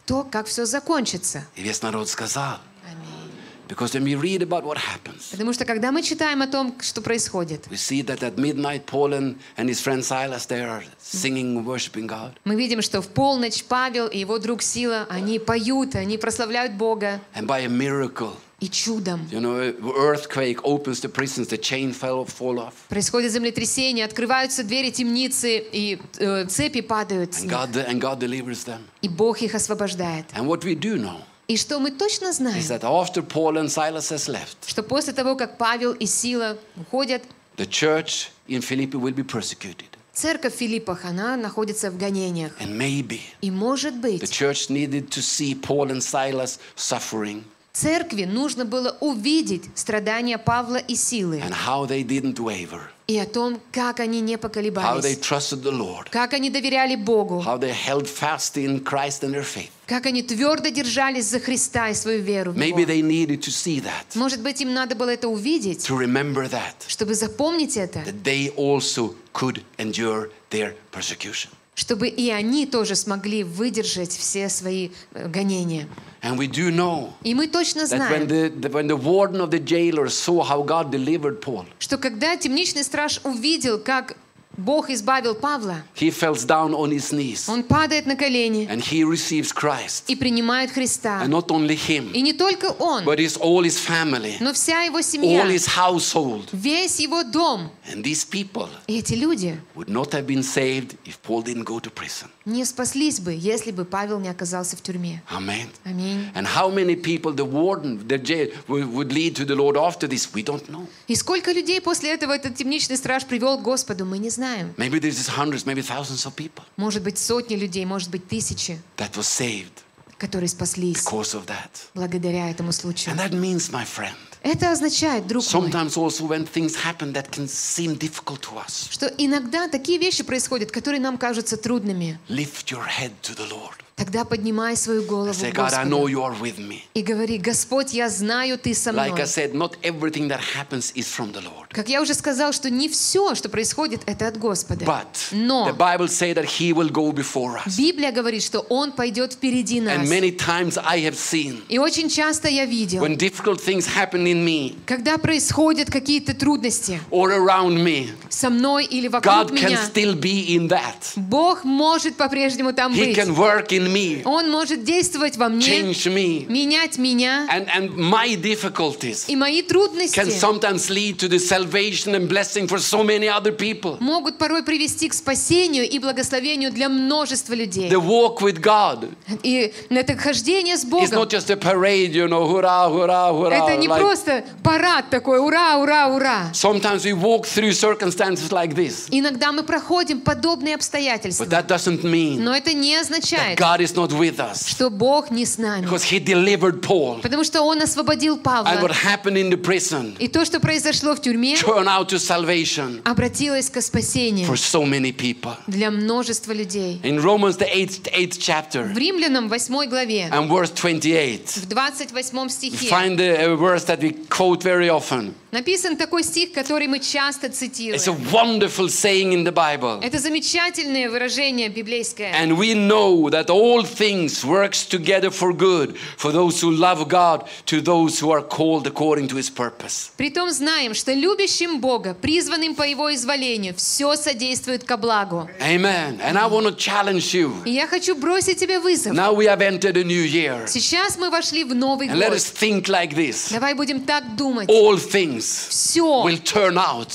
[SPEAKER 2] то, как все закончится.
[SPEAKER 1] И весь народ сказал,
[SPEAKER 2] Аминь.
[SPEAKER 1] Because when we read about what happens,
[SPEAKER 2] Потому что когда мы читаем о том, что происходит,
[SPEAKER 1] we see that at midnight, Paul and, and his friend Silas, they are singing and worshiping God.
[SPEAKER 2] мы видим, что в полночь Павел и его друг Сила, они поют, они прославляют Бога.
[SPEAKER 1] And by a miracle,
[SPEAKER 2] И чудом
[SPEAKER 1] you know, earthquake opens the prisons, the chain fell fall off.
[SPEAKER 2] происходит землетрясение, открываются двери темницы, и э, цепи падают с
[SPEAKER 1] And
[SPEAKER 2] них.
[SPEAKER 1] God, and God delivers them.
[SPEAKER 2] И Бог их освобождает.
[SPEAKER 1] And what we do know
[SPEAKER 2] И что мы точно знаем,
[SPEAKER 1] is that after Paul and Silas has left,
[SPEAKER 2] что после того, как Павел и Сила уходят,
[SPEAKER 1] the church in Philippi will be persecuted.
[SPEAKER 2] церковь в Филиппах, она находится в гонениях.
[SPEAKER 1] And maybe
[SPEAKER 2] И может
[SPEAKER 1] the
[SPEAKER 2] быть,
[SPEAKER 1] church needed to see Paul and Silas suffering
[SPEAKER 2] церкви нужно было увидеть страдания Павла и Силы
[SPEAKER 1] and how they didn't waver,
[SPEAKER 2] и о том, как они не
[SPEAKER 1] how they
[SPEAKER 2] поколебались,
[SPEAKER 1] trusted the Lord,
[SPEAKER 2] как они доверяли Богу,
[SPEAKER 1] how they held fast in Christ and their faith.
[SPEAKER 2] как они твердо держались за Христа и свою веру в
[SPEAKER 1] Maybe
[SPEAKER 2] Него.
[SPEAKER 1] they needed to see that,
[SPEAKER 2] Может быть, им надо было это увидеть,
[SPEAKER 1] to remember that,
[SPEAKER 2] чтобы запомнить это,
[SPEAKER 1] that they also could endure their persecution.
[SPEAKER 2] чтобы и они тоже смогли выдержать все свои э, гонения.
[SPEAKER 1] And we do know
[SPEAKER 2] И мы точно
[SPEAKER 1] that when
[SPEAKER 2] знаем,
[SPEAKER 1] the, the- when the warden of the jailer saw how God delivered Paul,
[SPEAKER 2] что когда темничный страж увидел, как Бог избавил Павла.
[SPEAKER 1] He falls down on his knees
[SPEAKER 2] Он падает на колени
[SPEAKER 1] and he receives Christ.
[SPEAKER 2] и принимает Христа.
[SPEAKER 1] And not only him,
[SPEAKER 2] И не только он,
[SPEAKER 1] but his, all his family,
[SPEAKER 2] но вся его
[SPEAKER 1] all
[SPEAKER 2] семья,
[SPEAKER 1] his household.
[SPEAKER 2] весь его дом.
[SPEAKER 1] And these people
[SPEAKER 2] И эти люди
[SPEAKER 1] would not have been saved if Paul didn't go to prison.
[SPEAKER 2] не спаслись бы, если бы Павел не оказался в тюрьме.
[SPEAKER 1] Amen.
[SPEAKER 2] Аминь.
[SPEAKER 1] And how many people the warden, the jail, would would lead to the Lord after this, we don't know.
[SPEAKER 2] И сколько людей после этого этот темничный страж привел к Господу, мы не знаем.
[SPEAKER 1] Maybe there's hundreds, maybe thousands of people
[SPEAKER 2] Может быть, сотни людей, может быть, тысячи,
[SPEAKER 1] that was saved
[SPEAKER 2] которые спаслись
[SPEAKER 1] because of that.
[SPEAKER 2] благодаря этому случаю.
[SPEAKER 1] And that means, my friend,
[SPEAKER 2] Это означает, друг мой,
[SPEAKER 1] sometimes also when things happen that can seem difficult to us,
[SPEAKER 2] что иногда такие вещи происходят, которые нам кажутся трудными.
[SPEAKER 1] lift your head to the Lord.
[SPEAKER 2] Тогда поднимай свою голову
[SPEAKER 1] And say,
[SPEAKER 2] к
[SPEAKER 1] God, I know
[SPEAKER 2] Господу
[SPEAKER 1] you are with me.
[SPEAKER 2] и говори, Господь, я знаю, Ты со
[SPEAKER 1] Like I
[SPEAKER 2] мной.
[SPEAKER 1] said, not everything that happens is from the Lord.
[SPEAKER 2] Как я уже сказал, что не все, что происходит, это от Господа.
[SPEAKER 1] But the
[SPEAKER 2] Но
[SPEAKER 1] Bible says that He will go before us.
[SPEAKER 2] Библия говорит, что Он пойдет впереди нас.
[SPEAKER 1] And many times I have seen
[SPEAKER 2] И очень часто я видел,
[SPEAKER 1] when difficult things happen in me
[SPEAKER 2] когда происходят какие-то трудности
[SPEAKER 1] or around me,
[SPEAKER 2] со мной или вокруг
[SPEAKER 1] God can
[SPEAKER 2] меня,
[SPEAKER 1] still be in that.
[SPEAKER 2] Бог может по-прежнему там
[SPEAKER 1] He
[SPEAKER 2] быть.
[SPEAKER 1] can work in me,
[SPEAKER 2] Он может действовать во мне,
[SPEAKER 1] change me.
[SPEAKER 2] менять меня.
[SPEAKER 1] And, and my difficulties
[SPEAKER 2] И мои
[SPEAKER 1] can
[SPEAKER 2] трудности
[SPEAKER 1] sometimes lead to the salvation and blessing for so many other people.
[SPEAKER 2] могут порой привести к спасению и благословению для множества людей.
[SPEAKER 1] The walk with God
[SPEAKER 2] И это хождение с
[SPEAKER 1] is
[SPEAKER 2] Богом,
[SPEAKER 1] not just a parade, you know, hurrah, hurrah, hurrah.
[SPEAKER 2] это не
[SPEAKER 1] like-
[SPEAKER 2] просто парад такой, ура, ура, ура.
[SPEAKER 1] Sometimes we walk through circumstances like this,
[SPEAKER 2] Иногда мы проходим подобные обстоятельства,
[SPEAKER 1] but that doesn't mean
[SPEAKER 2] но это не
[SPEAKER 1] that
[SPEAKER 2] означает,
[SPEAKER 1] God is not with us
[SPEAKER 2] что Бог не с нами.
[SPEAKER 1] because He delivered Paul.
[SPEAKER 2] Потому что Он освободил
[SPEAKER 1] And what
[SPEAKER 2] Павла.
[SPEAKER 1] happened in the prison
[SPEAKER 2] И то, что произошло в тюрьме,
[SPEAKER 1] turned out to salvation
[SPEAKER 2] обратилось к спасению
[SPEAKER 1] for so many people.
[SPEAKER 2] для множества людей.
[SPEAKER 1] In Romans, the eighth, eighth chapter
[SPEAKER 2] В Римлянам 8 главе,
[SPEAKER 1] and verse 28,
[SPEAKER 2] в 28
[SPEAKER 1] we
[SPEAKER 2] стихе,
[SPEAKER 1] find a a verse that we quote very often.
[SPEAKER 2] написан такой стих, который мы часто
[SPEAKER 1] It's a
[SPEAKER 2] цитируем.
[SPEAKER 1] wonderful saying in the Bible.
[SPEAKER 2] Это замечательное выражение библейское.
[SPEAKER 1] And we know that all things works together for good for those who love God, to those who are called according to His purpose.
[SPEAKER 2] Притом знаем, что любящим Бога, призванным по Его изволению, все содействует ко благу.
[SPEAKER 1] Amen. And I want to challenge you.
[SPEAKER 2] И я хочу бросить тебе вызов.
[SPEAKER 1] Now we have entered a new year.
[SPEAKER 2] Сейчас мы вошли в Новый
[SPEAKER 1] And let
[SPEAKER 2] год.
[SPEAKER 1] us think like this
[SPEAKER 2] Давай будем так думать.
[SPEAKER 1] all things
[SPEAKER 2] Все
[SPEAKER 1] will turn out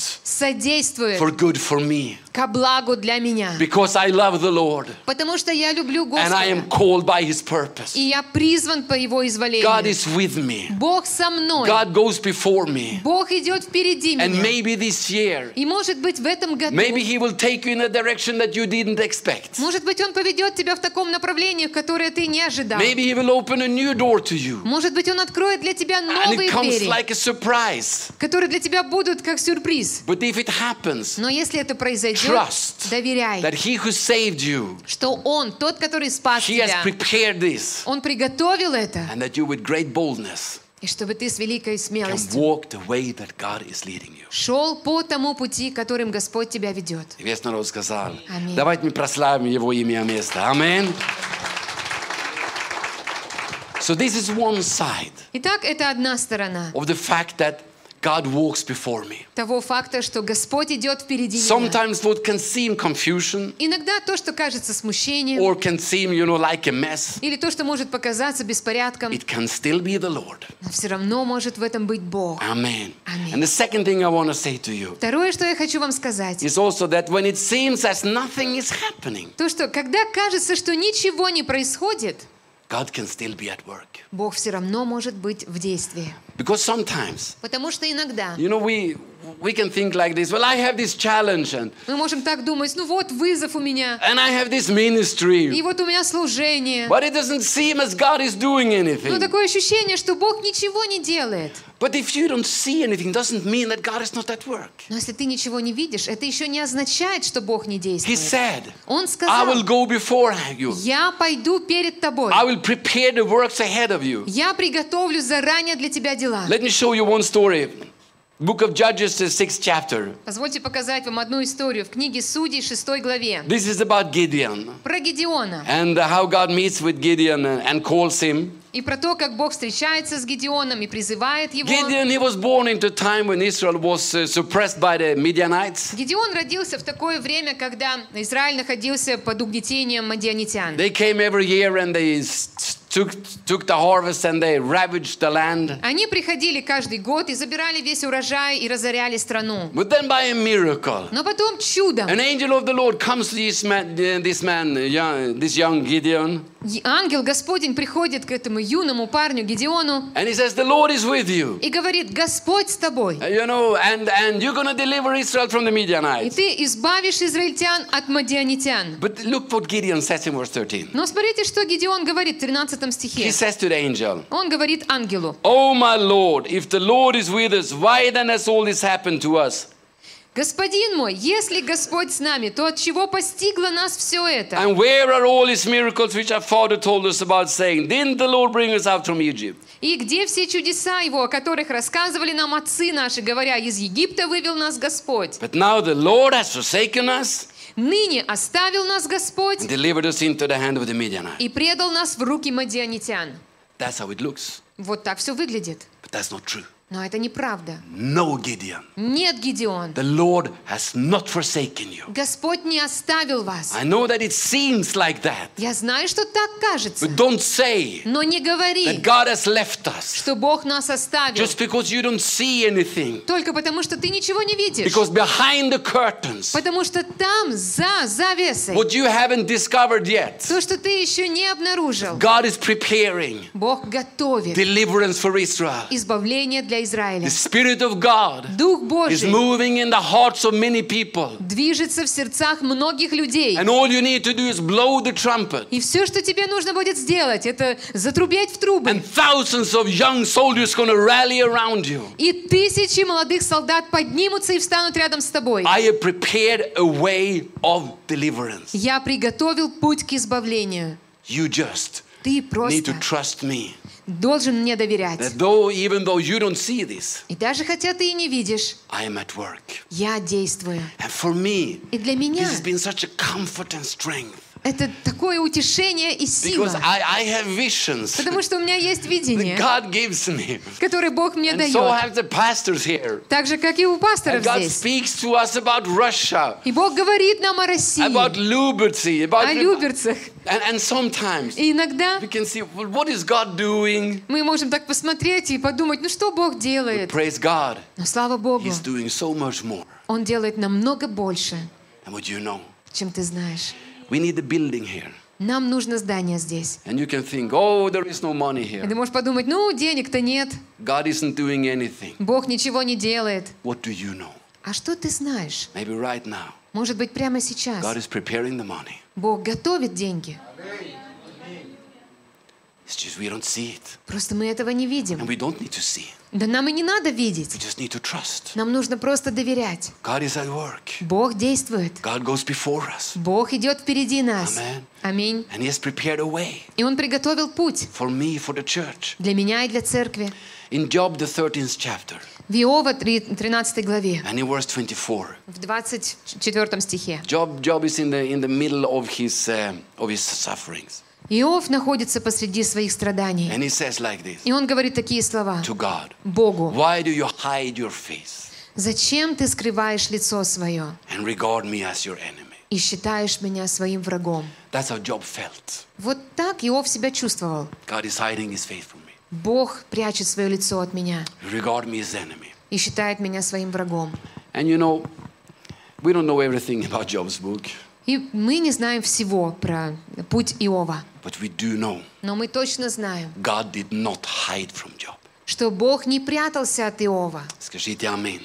[SPEAKER 2] содействует
[SPEAKER 1] for good for me
[SPEAKER 2] ко благу для меня.
[SPEAKER 1] because I love the Lord
[SPEAKER 2] Потому что я люблю
[SPEAKER 1] and I am
[SPEAKER 2] Господа.
[SPEAKER 1] called by His
[SPEAKER 2] И
[SPEAKER 1] purpose.
[SPEAKER 2] я призван по Его
[SPEAKER 1] God
[SPEAKER 2] изволению.
[SPEAKER 1] is with me,
[SPEAKER 2] Бог со мной.
[SPEAKER 1] God goes before me.
[SPEAKER 2] Бог идет впереди
[SPEAKER 1] And
[SPEAKER 2] меня.
[SPEAKER 1] maybe this year,
[SPEAKER 2] И может быть в этом году,
[SPEAKER 1] maybe He will take you in a direction that you didn't expect.
[SPEAKER 2] может быть Он поведет тебя в таком направлении, которое ты не ожидал.
[SPEAKER 1] Maybe He will open a new door to you
[SPEAKER 2] Может быть Он откроет для тебя
[SPEAKER 1] and it
[SPEAKER 2] новые
[SPEAKER 1] comes
[SPEAKER 2] двери,
[SPEAKER 1] like a surprise.
[SPEAKER 2] которые для тебя будут как сюрприз.
[SPEAKER 1] But if it happens,
[SPEAKER 2] Но если это произойдет,
[SPEAKER 1] Trust that
[SPEAKER 2] доверяй,
[SPEAKER 1] He who saved you
[SPEAKER 2] что Он, тот, который спас
[SPEAKER 1] He has
[SPEAKER 2] тебя,
[SPEAKER 1] prepared this,
[SPEAKER 2] Он приготовил это,
[SPEAKER 1] and that you, with great boldness,
[SPEAKER 2] и чтобы ты с великой
[SPEAKER 1] can
[SPEAKER 2] смелостью
[SPEAKER 1] walk the way that God is leading you.
[SPEAKER 2] шел по тому пути, которым Господь тебя ведет.
[SPEAKER 1] И Весь народ сказал.
[SPEAKER 2] Аминь.
[SPEAKER 1] Давайте мы прославим Его имя и место. Аминь. So this is one side
[SPEAKER 2] Итак, это одна сторона
[SPEAKER 1] of the fact that God walks before me.
[SPEAKER 2] того факта, что Господь идет впереди меня.
[SPEAKER 1] Sometimes what can seem confusion
[SPEAKER 2] Иногда то, что кажется смущением,
[SPEAKER 1] or can seem, you know, like a mess,
[SPEAKER 2] или то, что может показаться беспорядком,
[SPEAKER 1] it can still be the Lord.
[SPEAKER 2] но все равно может в этом быть Бог.
[SPEAKER 1] Amen.
[SPEAKER 2] Amen.
[SPEAKER 1] And the second thing I want to say to you
[SPEAKER 2] Второе, что я хочу вам сказать,
[SPEAKER 1] is also that when it seems as nothing is happening,
[SPEAKER 2] то, что когда кажется, что ничего не происходит,
[SPEAKER 1] God can still be at work.
[SPEAKER 2] Бог все равно может быть в действии.
[SPEAKER 1] Because sometimes,
[SPEAKER 2] Потому что иногда
[SPEAKER 1] you know, we we can think like this. Well, I have this challenge and
[SPEAKER 2] мы можем так думать, ну вот вызов у меня,
[SPEAKER 1] and I have this
[SPEAKER 2] и
[SPEAKER 1] ministry,
[SPEAKER 2] вот у меня служение.
[SPEAKER 1] but it doesn't seem as God is doing
[SPEAKER 2] Но
[SPEAKER 1] anything.
[SPEAKER 2] Ну, такое ощущение, что Бог ничего не делает.
[SPEAKER 1] But if you don't see anything, doesn't mean that God is not at work.
[SPEAKER 2] Но если ты ничего не видишь, это еще не означает, что Бог не
[SPEAKER 1] He
[SPEAKER 2] действует.
[SPEAKER 1] said,
[SPEAKER 2] Он
[SPEAKER 1] "I will
[SPEAKER 2] сказал,
[SPEAKER 1] go before you.
[SPEAKER 2] я пойду перед тобой.
[SPEAKER 1] I will prepare the works ahead of you."
[SPEAKER 2] Я приготовлю заранее для тебя дела.
[SPEAKER 1] Let me show you one story. Book of Judges, the sixth chapter.
[SPEAKER 2] Позвольте показать вам одну историю в книге Судей, 6 главе.
[SPEAKER 1] This is about Gideon
[SPEAKER 2] Про Гедеона.
[SPEAKER 1] and how God meets with Gideon and and calls him.
[SPEAKER 2] И про то, как Бог встречается с Гедеоном и призывает его.
[SPEAKER 1] Gideon, he was born into time when Israel was uh, suppressed by the Midianites.
[SPEAKER 2] Гедеон родился в такое время, когда Израиль находился под угнетением мадианитян.
[SPEAKER 1] They came every year and they s- s- took, took the harvest and they ravaged the land.
[SPEAKER 2] Они приходили каждый год и забирали весь урожай и разоряли страну.
[SPEAKER 1] But then by a miracle,
[SPEAKER 2] Но потом чудом
[SPEAKER 1] an angel of the Lord comes to this man, uh, this man, young, this young Gideon,
[SPEAKER 2] и ангел Господень приходит к этому юному парню Гедеону
[SPEAKER 1] and he says, "The Lord is with you."
[SPEAKER 2] и говорит, Господь с тобой,
[SPEAKER 1] Uh, You know, and and you're gonna deliver Israel from the
[SPEAKER 2] и
[SPEAKER 1] Midianites.
[SPEAKER 2] ты избавишь израильтян от мадианитян.
[SPEAKER 1] But look what Gideon says in verse 13.
[SPEAKER 2] Но смотрите, что Гедеон говорит в 13
[SPEAKER 1] He
[SPEAKER 2] стихе.
[SPEAKER 1] says to the angel,
[SPEAKER 2] Он говорит ангелу,
[SPEAKER 1] "Oh my Lord, if the Lord is with us, why then has all this happened to us?"
[SPEAKER 2] «Господин мой, если Господь с нами, то от чего постигло нас все это?
[SPEAKER 1] And where are all his miracles which our father told us about, saying, Didn't the Lord bring us out from Egypt?
[SPEAKER 2] И где все чудеса его, о которых рассказывали нам отцы наши, говоря, из Египта вывел нас Господь?
[SPEAKER 1] But now the Lord has forsaken us
[SPEAKER 2] Ныне оставил нас
[SPEAKER 1] and
[SPEAKER 2] Господь
[SPEAKER 1] delivered us into the hand of the Midianite.
[SPEAKER 2] и предал нас в руки мадианитян».
[SPEAKER 1] That's how it looks.
[SPEAKER 2] Вот так все выглядит.
[SPEAKER 1] But that's not true.
[SPEAKER 2] Но это неправда.
[SPEAKER 1] No, Gideon.
[SPEAKER 2] Нет, Гедеон,
[SPEAKER 1] The Lord has not forsaken you.
[SPEAKER 2] Господь не оставил вас.
[SPEAKER 1] I know that it seems like that.
[SPEAKER 2] Я знаю, что так кажется,
[SPEAKER 1] But don't say
[SPEAKER 2] но не
[SPEAKER 1] that
[SPEAKER 2] говори,
[SPEAKER 1] God has left us
[SPEAKER 2] что Бог нас оставил.
[SPEAKER 1] just because you don't see anything.
[SPEAKER 2] Только потому, что ты ничего не видишь.
[SPEAKER 1] Because behind the curtains,
[SPEAKER 2] Потому что там, за завесой,
[SPEAKER 1] what you haven't discovered yet,
[SPEAKER 2] то, что ты еще не обнаружил,
[SPEAKER 1] God is preparing
[SPEAKER 2] Бог готовит
[SPEAKER 1] deliverance for Israel.
[SPEAKER 2] избавление для
[SPEAKER 1] The
[SPEAKER 2] Израиля.
[SPEAKER 1] Spirit of God
[SPEAKER 2] Дух
[SPEAKER 1] is
[SPEAKER 2] Божий
[SPEAKER 1] moving in the hearts of many people.
[SPEAKER 2] движется в сердцах многих людей.
[SPEAKER 1] And all you need to do is blow the trumpet.
[SPEAKER 2] И все, что тебе нужно будет сделать, это затрубять в трубы.
[SPEAKER 1] And thousands of young soldiers going to rally around you.
[SPEAKER 2] И тысячи молодых солдат поднимутся и встанут рядом с тобой.
[SPEAKER 1] I have prepared a way of deliverance.
[SPEAKER 2] Я приготовил путь к избавлению.
[SPEAKER 1] You just
[SPEAKER 2] Ты
[SPEAKER 1] need to
[SPEAKER 2] просто
[SPEAKER 1] trust me.
[SPEAKER 2] должен мне доверять.
[SPEAKER 1] That though, even though you don't see this,
[SPEAKER 2] И даже хотя ты и не видишь,
[SPEAKER 1] I am at work.
[SPEAKER 2] я действую.
[SPEAKER 1] And for me,
[SPEAKER 2] И для меня
[SPEAKER 1] this has been such a comfort and strength
[SPEAKER 2] это такое утешение и сила.
[SPEAKER 1] because I, I have visions
[SPEAKER 2] Потому что у меня есть
[SPEAKER 1] that
[SPEAKER 2] видение,
[SPEAKER 1] God gives me.
[SPEAKER 2] которое Бог мне
[SPEAKER 1] And so
[SPEAKER 2] дает.
[SPEAKER 1] have the pastors here.
[SPEAKER 2] Так же, как и у пасторов
[SPEAKER 1] And God
[SPEAKER 2] здесь.
[SPEAKER 1] speaks to us about Russia,
[SPEAKER 2] И Бог говорит нам о России,
[SPEAKER 1] about Liberty, about
[SPEAKER 2] о люберцах.
[SPEAKER 1] and, and sometimes
[SPEAKER 2] И иногда
[SPEAKER 1] we can see well, what is God doing?
[SPEAKER 2] мы можем так посмотреть и подумать, ну что Бог делает?
[SPEAKER 1] Praise God,
[SPEAKER 2] Но слава Богу,
[SPEAKER 1] He's doing so much more
[SPEAKER 2] Он делает намного больше,
[SPEAKER 1] than what you know.
[SPEAKER 2] чем ты знаешь.
[SPEAKER 1] We need a building here,
[SPEAKER 2] Нам нужно здание здесь.
[SPEAKER 1] and you can think, oh, there is no money
[SPEAKER 2] И
[SPEAKER 1] here.
[SPEAKER 2] ты можешь подумать, ну денег-то нет,
[SPEAKER 1] God isn't doing anything.
[SPEAKER 2] Бог ничего не делает.
[SPEAKER 1] What do you know?
[SPEAKER 2] А что ты знаешь?
[SPEAKER 1] Maybe right now,
[SPEAKER 2] Может быть, прямо сейчас
[SPEAKER 1] God is preparing the money.
[SPEAKER 2] Бог готовит деньги.
[SPEAKER 1] It's just we don't see it,
[SPEAKER 2] Просто мы этого не
[SPEAKER 1] and
[SPEAKER 2] видим.
[SPEAKER 1] we don't need to see it.
[SPEAKER 2] Да нам и не надо
[SPEAKER 1] We
[SPEAKER 2] видеть.
[SPEAKER 1] just need to trust.
[SPEAKER 2] Нам нужно просто доверять.
[SPEAKER 1] God is at work.
[SPEAKER 2] Бог действует.
[SPEAKER 1] God goes before us,
[SPEAKER 2] Бог идет впереди нас.
[SPEAKER 1] Amen.
[SPEAKER 2] Аминь.
[SPEAKER 1] and He has prepared a way
[SPEAKER 2] И Он приготовил путь
[SPEAKER 1] for me, for the church.
[SPEAKER 2] для меня и для церкви.
[SPEAKER 1] In Job, the 13th chapter,
[SPEAKER 2] В Иова три- 13 главе,
[SPEAKER 1] and in verse 24,
[SPEAKER 2] в 24 стихе.
[SPEAKER 1] Job, Job is in the, in the middle of his, um of his sufferings.
[SPEAKER 2] Иов находится посреди своих страданий.
[SPEAKER 1] And he says like this
[SPEAKER 2] И он говорит такие слова.
[SPEAKER 1] to God
[SPEAKER 2] Богу,
[SPEAKER 1] Why do you hide your face
[SPEAKER 2] зачем ты скрываешь лицо свое
[SPEAKER 1] and regard me as your enemy?
[SPEAKER 2] и считаешь меня своим врагом?
[SPEAKER 1] That's how Job felt.
[SPEAKER 2] Вот так Иов себя чувствовал.
[SPEAKER 1] God is hiding his face from me.
[SPEAKER 2] Бог прячет свое лицо от меня
[SPEAKER 1] You regard me as enemy.
[SPEAKER 2] и считает меня своим врагом.
[SPEAKER 1] And you know, we don't know everything about Job's book,
[SPEAKER 2] И мы не знаем всего про путь Иова,
[SPEAKER 1] but we do know
[SPEAKER 2] но мы точно знаем,
[SPEAKER 1] God did not hide from Job.
[SPEAKER 2] что Бог не прятался от Иова.
[SPEAKER 1] Ska jag säga amen?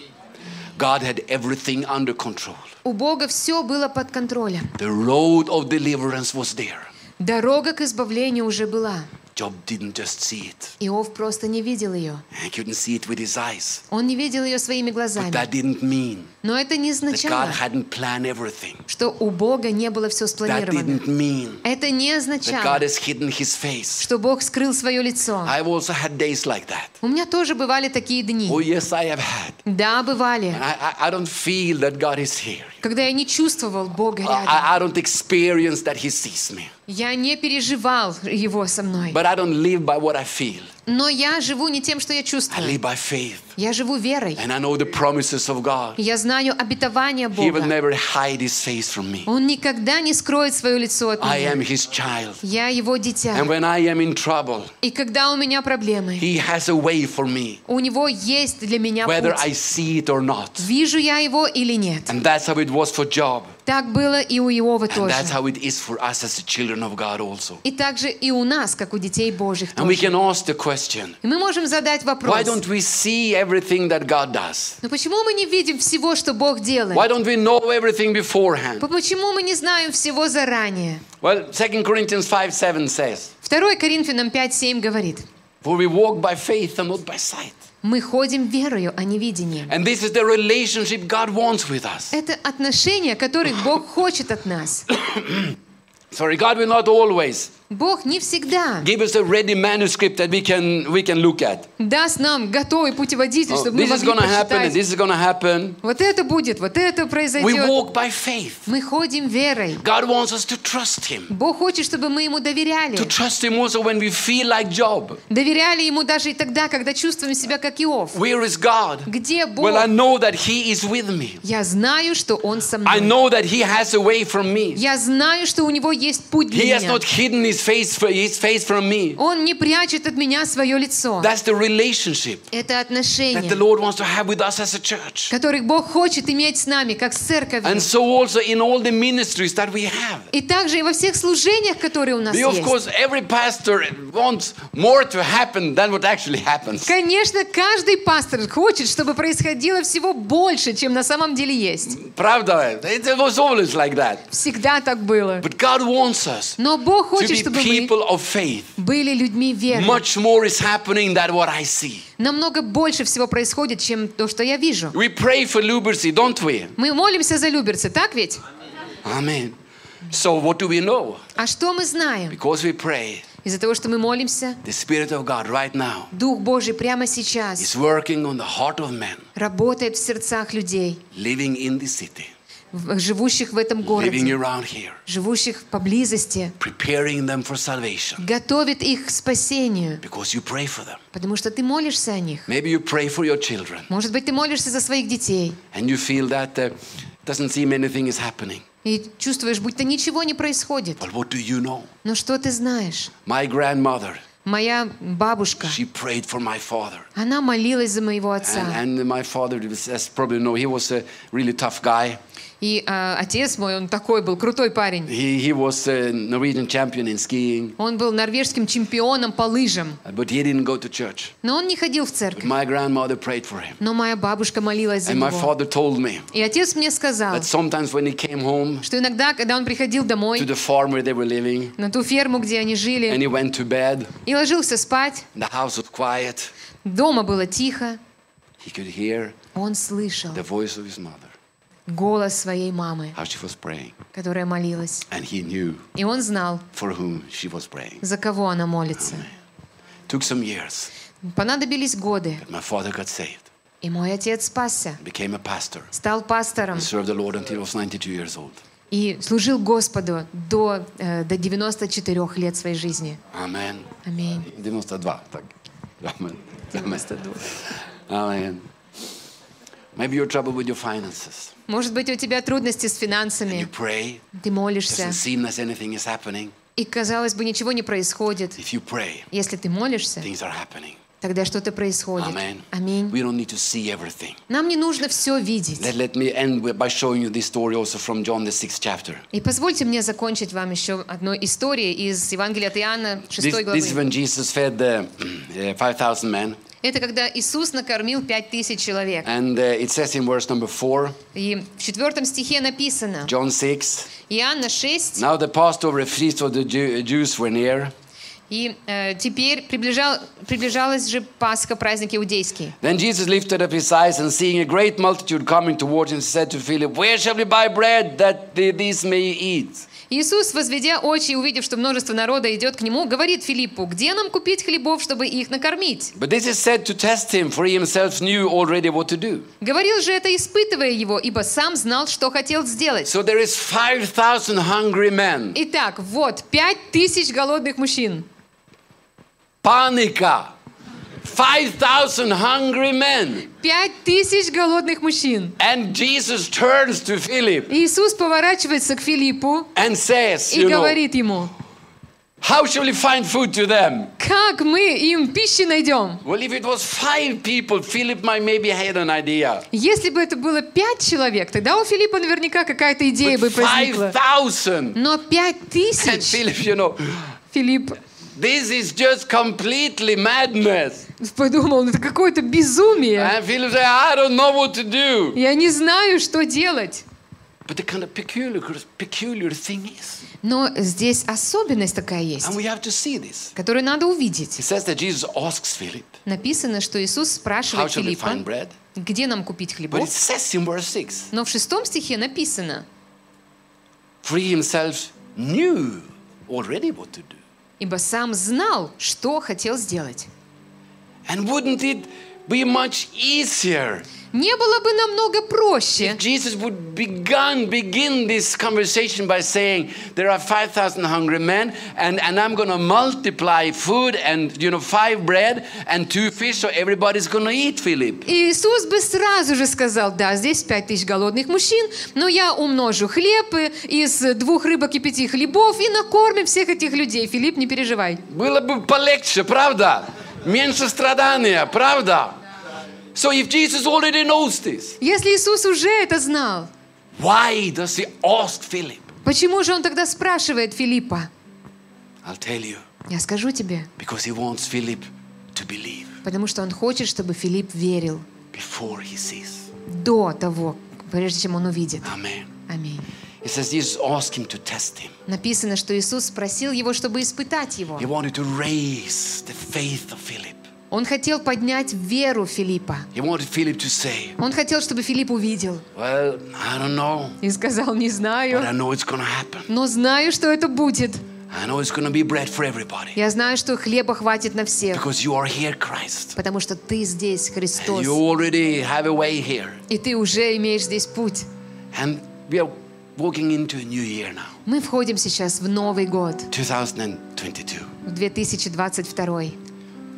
[SPEAKER 1] God had everything under control.
[SPEAKER 2] У Бога все было под контролем.
[SPEAKER 1] The road of deliverance was there.
[SPEAKER 2] Дорога к избавлению уже была.
[SPEAKER 1] Job didn't just see it.
[SPEAKER 2] Иов просто не видел ее.
[SPEAKER 1] He couldn't see it with his eyes.
[SPEAKER 2] Он не видел ее своими
[SPEAKER 1] But
[SPEAKER 2] глазами.
[SPEAKER 1] that didn't mean
[SPEAKER 2] Но это не
[SPEAKER 1] that God
[SPEAKER 2] означало,
[SPEAKER 1] hadn't planned everything.
[SPEAKER 2] что у Бога не было все
[SPEAKER 1] That
[SPEAKER 2] спланировано.
[SPEAKER 1] didn't mean
[SPEAKER 2] Это не
[SPEAKER 1] that God А
[SPEAKER 2] означало,
[SPEAKER 1] has hidden his face.
[SPEAKER 2] что Бог скрыл свое лицо.
[SPEAKER 1] I've also had days like that.
[SPEAKER 2] У меня тоже бывали такие
[SPEAKER 1] Oh,
[SPEAKER 2] дни.
[SPEAKER 1] yes, I have had.
[SPEAKER 2] Да, бывали.
[SPEAKER 1] And I, I, I don't feel that God is here. А,
[SPEAKER 2] когда я не чувствовал Бога рядом.
[SPEAKER 1] I, I don't experience that he sees me.
[SPEAKER 2] Я не переживал его со мной.
[SPEAKER 1] But I don't live by what I feel.
[SPEAKER 2] Но я живу не тем, что я
[SPEAKER 1] I
[SPEAKER 2] чувствую.
[SPEAKER 1] live by faith.
[SPEAKER 2] Я живу верой.
[SPEAKER 1] And I know the promises of God.
[SPEAKER 2] Я знаю обетование
[SPEAKER 1] He will
[SPEAKER 2] Бога.
[SPEAKER 1] never hide his face from me.
[SPEAKER 2] Он никогда не скроет свое лицо от
[SPEAKER 1] I am
[SPEAKER 2] меня.
[SPEAKER 1] his child.
[SPEAKER 2] Я его дитя.
[SPEAKER 1] And when I am in trouble,
[SPEAKER 2] И когда у меня проблемы,
[SPEAKER 1] he has a way for me,
[SPEAKER 2] у него есть для меня
[SPEAKER 1] whether
[SPEAKER 2] путь.
[SPEAKER 1] I see it or not.
[SPEAKER 2] Вижу я его или нет.
[SPEAKER 1] And that's how it was for Job.
[SPEAKER 2] Так было и у Иова
[SPEAKER 1] And
[SPEAKER 2] тоже.
[SPEAKER 1] that's how it is for us as the children of God also.
[SPEAKER 2] И также и у нас, как у детей Божьих
[SPEAKER 1] And we
[SPEAKER 2] тоже.
[SPEAKER 1] can ask the question
[SPEAKER 2] И мы можем задать
[SPEAKER 1] why
[SPEAKER 2] вопрос.
[SPEAKER 1] don't we see everything that God does?
[SPEAKER 2] Но почему мы не видим всего, что Бог делает?
[SPEAKER 1] Why don't we know everything beforehand?
[SPEAKER 2] По- Почему мы не знаем всего заранее?
[SPEAKER 1] Well, 2 Corinthians 5 7 says,
[SPEAKER 2] 2 Коринфянам 5.7 говорит,
[SPEAKER 1] For we walk by faith and not by sight.
[SPEAKER 2] мы ходим верою, а не видением.
[SPEAKER 1] And this is the relationship God wants with us.
[SPEAKER 2] Это отношения, которых Бог хочет от нас.
[SPEAKER 1] Sorry, God will not always
[SPEAKER 2] Bог не всегда
[SPEAKER 1] give us a ready manuscript that we can, we can look at.
[SPEAKER 2] даст нам готовый путеводитель,
[SPEAKER 1] Oh,
[SPEAKER 2] чтобы мы
[SPEAKER 1] this is
[SPEAKER 2] могли
[SPEAKER 1] going to happen and
[SPEAKER 2] прочитать.
[SPEAKER 1] this is going to happen.
[SPEAKER 2] Вот это будет, вот это
[SPEAKER 1] We
[SPEAKER 2] произойдет.
[SPEAKER 1] walk by faith.
[SPEAKER 2] Мы ходим верой.
[SPEAKER 1] God wants us to trust Him.
[SPEAKER 2] Бог хочет, чтобы мы Ему доверяли.
[SPEAKER 1] To trust Him also when we feel like Job.
[SPEAKER 2] Доверяли Ему даже и тогда, когда чувствуем себя как Иов.
[SPEAKER 1] Where is God?
[SPEAKER 2] Где Бог?
[SPEAKER 1] Well, I know that He is with me.
[SPEAKER 2] Я знаю, что Он со
[SPEAKER 1] I
[SPEAKER 2] мной.
[SPEAKER 1] know that He has a way from me.
[SPEAKER 2] Я знаю, что у Него есть путь
[SPEAKER 1] He
[SPEAKER 2] для
[SPEAKER 1] has
[SPEAKER 2] меня.
[SPEAKER 1] not hidden His face, his face from me.
[SPEAKER 2] Он не прячет от меня свое лицо.
[SPEAKER 1] That's the relationship
[SPEAKER 2] Это
[SPEAKER 1] that the
[SPEAKER 2] отношения,
[SPEAKER 1] Lord wants to have with us as a church.
[SPEAKER 2] которых Бог хочет иметь с нами, как с
[SPEAKER 1] And
[SPEAKER 2] церковью.
[SPEAKER 1] so also in all the ministries that we have.
[SPEAKER 2] И также и во всех служениях, которые у нас
[SPEAKER 1] We, of
[SPEAKER 2] есть.
[SPEAKER 1] course, every pastor wants more to happen than what actually happens.
[SPEAKER 2] Конечно, каждый пастор хочет, чтобы происходило всего больше, чем на самом деле есть.
[SPEAKER 1] Pravda, it was always like that.
[SPEAKER 2] Всегда так было.
[SPEAKER 1] But God wants us
[SPEAKER 2] Но Бог
[SPEAKER 1] to
[SPEAKER 2] хочет,
[SPEAKER 1] be
[SPEAKER 2] чтобы мы
[SPEAKER 1] people of faith.
[SPEAKER 2] были людьми веры.
[SPEAKER 1] Much more is happening than what I see.
[SPEAKER 2] Намного больше всего происходит, чем то, что я вижу.
[SPEAKER 1] We pray for Lubercy, don't we?
[SPEAKER 2] Мы молимся за люберцы, так ведь?
[SPEAKER 1] Amen. So what do we know?
[SPEAKER 2] А что мы знаем?
[SPEAKER 1] Because we pray,
[SPEAKER 2] Из-за того, что мы молимся,
[SPEAKER 1] the Spirit of God right now
[SPEAKER 2] Дух Божий прямо сейчас
[SPEAKER 1] is working on the heart of men
[SPEAKER 2] работает в сердцах людей,
[SPEAKER 1] living in the city,
[SPEAKER 2] в- э, живущих в этом
[SPEAKER 1] living
[SPEAKER 2] городе,
[SPEAKER 1] around here,
[SPEAKER 2] живущих поблизости,
[SPEAKER 1] preparing them for salvation
[SPEAKER 2] готовит их к спасению,
[SPEAKER 1] because you pray for them.
[SPEAKER 2] потому что ты молишься о них.
[SPEAKER 1] Maybe you pray for your children
[SPEAKER 2] Может быть, ты молишься за своих детей
[SPEAKER 1] and you feel that uh, doesn't seem anything is happening.
[SPEAKER 2] и чувствуешь, будто ничего не происходит.
[SPEAKER 1] But what do you know?
[SPEAKER 2] Но что ты знаешь?
[SPEAKER 1] My grandmother,
[SPEAKER 2] Моя бабушка,
[SPEAKER 1] she prayed for my father.
[SPEAKER 2] она молилась за моего отца.
[SPEAKER 1] And, and my father, as probably know, he was a really tough guy.
[SPEAKER 2] И а, отец мой, он такой был, крутой парень.
[SPEAKER 1] He, he was a Norwegian champion in skiing, uh,
[SPEAKER 2] Он был норвежским чемпионом по лыжам.
[SPEAKER 1] but he didn't go to church.
[SPEAKER 2] Но он не ходил в церковь.
[SPEAKER 1] But my grandmother prayed for him.
[SPEAKER 2] Но моя бабушка молилась за
[SPEAKER 1] And my
[SPEAKER 2] него.
[SPEAKER 1] father told me
[SPEAKER 2] И отец мне сказал,
[SPEAKER 1] that sometimes when he came home
[SPEAKER 2] что иногда, когда он приходил
[SPEAKER 1] to
[SPEAKER 2] домой,
[SPEAKER 1] the farm where they were living,
[SPEAKER 2] на ту ферму, где они
[SPEAKER 1] and
[SPEAKER 2] жили,
[SPEAKER 1] he went to bed,
[SPEAKER 2] и ложился спать,
[SPEAKER 1] and the house was quiet,
[SPEAKER 2] дома было тихо,
[SPEAKER 1] he could hear
[SPEAKER 2] он слышал
[SPEAKER 1] the voice of his mother,
[SPEAKER 2] голос своей мамы,
[SPEAKER 1] how she was praying.
[SPEAKER 2] которая молилась.
[SPEAKER 1] And he knew
[SPEAKER 2] И он знал,
[SPEAKER 1] for whom she was praying.
[SPEAKER 2] за кого она молится.
[SPEAKER 1] Took some years,
[SPEAKER 2] Понадобились годы,
[SPEAKER 1] but my father got saved,
[SPEAKER 2] и мой отец спасся,
[SPEAKER 1] became a pastor,
[SPEAKER 2] стал пастором
[SPEAKER 1] and served the Lord until he was 92 years old.
[SPEAKER 2] и служил Господу до, э, до 94 лет своей жизни.
[SPEAKER 1] Amen.
[SPEAKER 2] Аминь.
[SPEAKER 1] 92, tack. Amen. Amen. Amen. Maybe you're trouble with your finances.
[SPEAKER 2] Может быть, у тебя трудности с
[SPEAKER 1] You
[SPEAKER 2] финансами,
[SPEAKER 1] pray,
[SPEAKER 2] ты молишься,
[SPEAKER 1] doesn't seem as anything is happening.
[SPEAKER 2] и, казалось бы, ничего не происходит.
[SPEAKER 1] If you pray,
[SPEAKER 2] Если ты молишься,
[SPEAKER 1] things are happening.
[SPEAKER 2] тогда что-то происходит.
[SPEAKER 1] Amen.
[SPEAKER 2] Аминь.
[SPEAKER 1] We don't need to see everything.
[SPEAKER 2] Нам не нужно все видеть.
[SPEAKER 1] Let, let me end with, by showing you this story also from John, the sixth chapter.
[SPEAKER 2] И позвольте мне закончить вам еще одной историей из Евангелия от Иоанна, 6
[SPEAKER 1] This, this is
[SPEAKER 2] главы.
[SPEAKER 1] when Jesus fed uh, uh, 5,000 men.
[SPEAKER 2] Это когда Иисус накормил пять тысяч человек.
[SPEAKER 1] And uh, it says in verse number 4,
[SPEAKER 2] И в четвертом стихе написано,
[SPEAKER 1] John 6,
[SPEAKER 2] Иоанна 6,
[SPEAKER 1] Now the Passover feast of the Jew- Jews were near.
[SPEAKER 2] И э, теперь приближал- приближалась же Пасха, праздник иудейский.
[SPEAKER 1] Then Jesus lifted up his eyes and seeing a great multitude coming towards him, said to Philip, Where shall we buy bread that th- these may eat?
[SPEAKER 2] Иисус, возведя очи и увидев, что множество народа идет к нему, говорит Филиппу, где нам купить хлебов, чтобы их накормить?
[SPEAKER 1] But this is said to test him, for he himself knew already what to do.
[SPEAKER 2] Говорил же это, испытывая его, ибо сам знал, что хотел сделать.
[SPEAKER 1] So there is 5,000 hungry men.
[SPEAKER 2] Итак, вот, пять тысяч голодных мужчин.
[SPEAKER 1] Panica. 5,000 hungry men.
[SPEAKER 2] Пять тысяч голодных мужчин.
[SPEAKER 1] And Jesus turns to Philip
[SPEAKER 2] И Иисус поворачивается к Филиппу
[SPEAKER 1] and says,
[SPEAKER 2] и
[SPEAKER 1] you know,
[SPEAKER 2] говорит ему,
[SPEAKER 1] How shall we find food to them?
[SPEAKER 2] как мы им пищи найдем?
[SPEAKER 1] Well, if it was five people, Philip might maybe had an idea.
[SPEAKER 2] Если бы это было пять человек, тогда у Филиппа наверняка какая-то идея бы
[SPEAKER 1] But Mm.
[SPEAKER 2] возникла.
[SPEAKER 1] 5,000.
[SPEAKER 2] Но пять
[SPEAKER 1] And
[SPEAKER 2] тысяч,
[SPEAKER 1] Philip, you know,
[SPEAKER 2] Филипп
[SPEAKER 1] this is just completely madness.
[SPEAKER 2] подумал, ну это какое-то безумие.
[SPEAKER 1] And Philip said, I don't know what to do.
[SPEAKER 2] Я не знаю, что делать.
[SPEAKER 1] But the kind of peculiar, peculiar thing is,
[SPEAKER 2] Но здесь особенность такая есть,
[SPEAKER 1] and we have to see this.
[SPEAKER 2] которую надо увидеть.
[SPEAKER 1] It says that Jesus asks Philip,
[SPEAKER 2] Написано, что Иисус
[SPEAKER 1] How
[SPEAKER 2] спрашивает
[SPEAKER 1] shall we find
[SPEAKER 2] Филиппа,
[SPEAKER 1] bread?
[SPEAKER 2] где нам купить
[SPEAKER 1] But it
[SPEAKER 2] хлебов?
[SPEAKER 1] says in verse 6,
[SPEAKER 2] Но в шестом стихе написано,
[SPEAKER 1] for he himself knew already what to do.
[SPEAKER 2] ибо сам знал, что хотел сделать.
[SPEAKER 1] And wouldn't it be much easier
[SPEAKER 2] Не было бы намного проще,
[SPEAKER 1] if Jesus would begun, begin this conversation by saying, There are 5,000 hungry men, and, and I'm going to multiply food and, you know, five bread and two fish, so everybody's going to eat, Philip.
[SPEAKER 2] И Иисус бы сразу же сказал, да, здесь пять тысяч голодных мужчин, но я умножу хлеб э, из двух рыбок и пяти хлебов и накормим всех этих людей. Филипп, не переживай.
[SPEAKER 1] Было бы полегче, правда? Меньше страдания, правда? So if Jesus already knows this,
[SPEAKER 2] Если Иисус уже это знал,
[SPEAKER 1] why does he ask Philip?
[SPEAKER 2] почему же он тогда спрашивает Филиппа?
[SPEAKER 1] I'll tell you,
[SPEAKER 2] Я скажу тебе,
[SPEAKER 1] because he wants Philip to believe
[SPEAKER 2] потому что он хочет, чтобы Филипп верил
[SPEAKER 1] before he sees.
[SPEAKER 2] до того, прежде чем он увидит.
[SPEAKER 1] Amen.
[SPEAKER 2] Аминь.
[SPEAKER 1] It says Jesus asked him to test him.
[SPEAKER 2] Написано, что Иисус спросил его, чтобы испытать его.
[SPEAKER 1] He wanted to raise the faith of Philip.
[SPEAKER 2] Он хотел поднять веру Филиппа.
[SPEAKER 1] He wanted Philip to say,
[SPEAKER 2] Он хотел, чтобы Филипп увидел.
[SPEAKER 1] Well, I don't know,
[SPEAKER 2] И сказал, не знаю.
[SPEAKER 1] but I know it's going to happen.
[SPEAKER 2] Но знаю, что это будет.
[SPEAKER 1] I know it's going to be bread for everybody
[SPEAKER 2] Я знаю, что хлеба хватит на всех,
[SPEAKER 1] because you are here, Christ.
[SPEAKER 2] потому что ты здесь,
[SPEAKER 1] And you
[SPEAKER 2] Христос,
[SPEAKER 1] already have a way here.
[SPEAKER 2] и ты уже имеешь здесь путь.
[SPEAKER 1] And we are walking into a new year now,
[SPEAKER 2] Мы входим сейчас в Новый год,
[SPEAKER 1] 2022.
[SPEAKER 2] в 2022.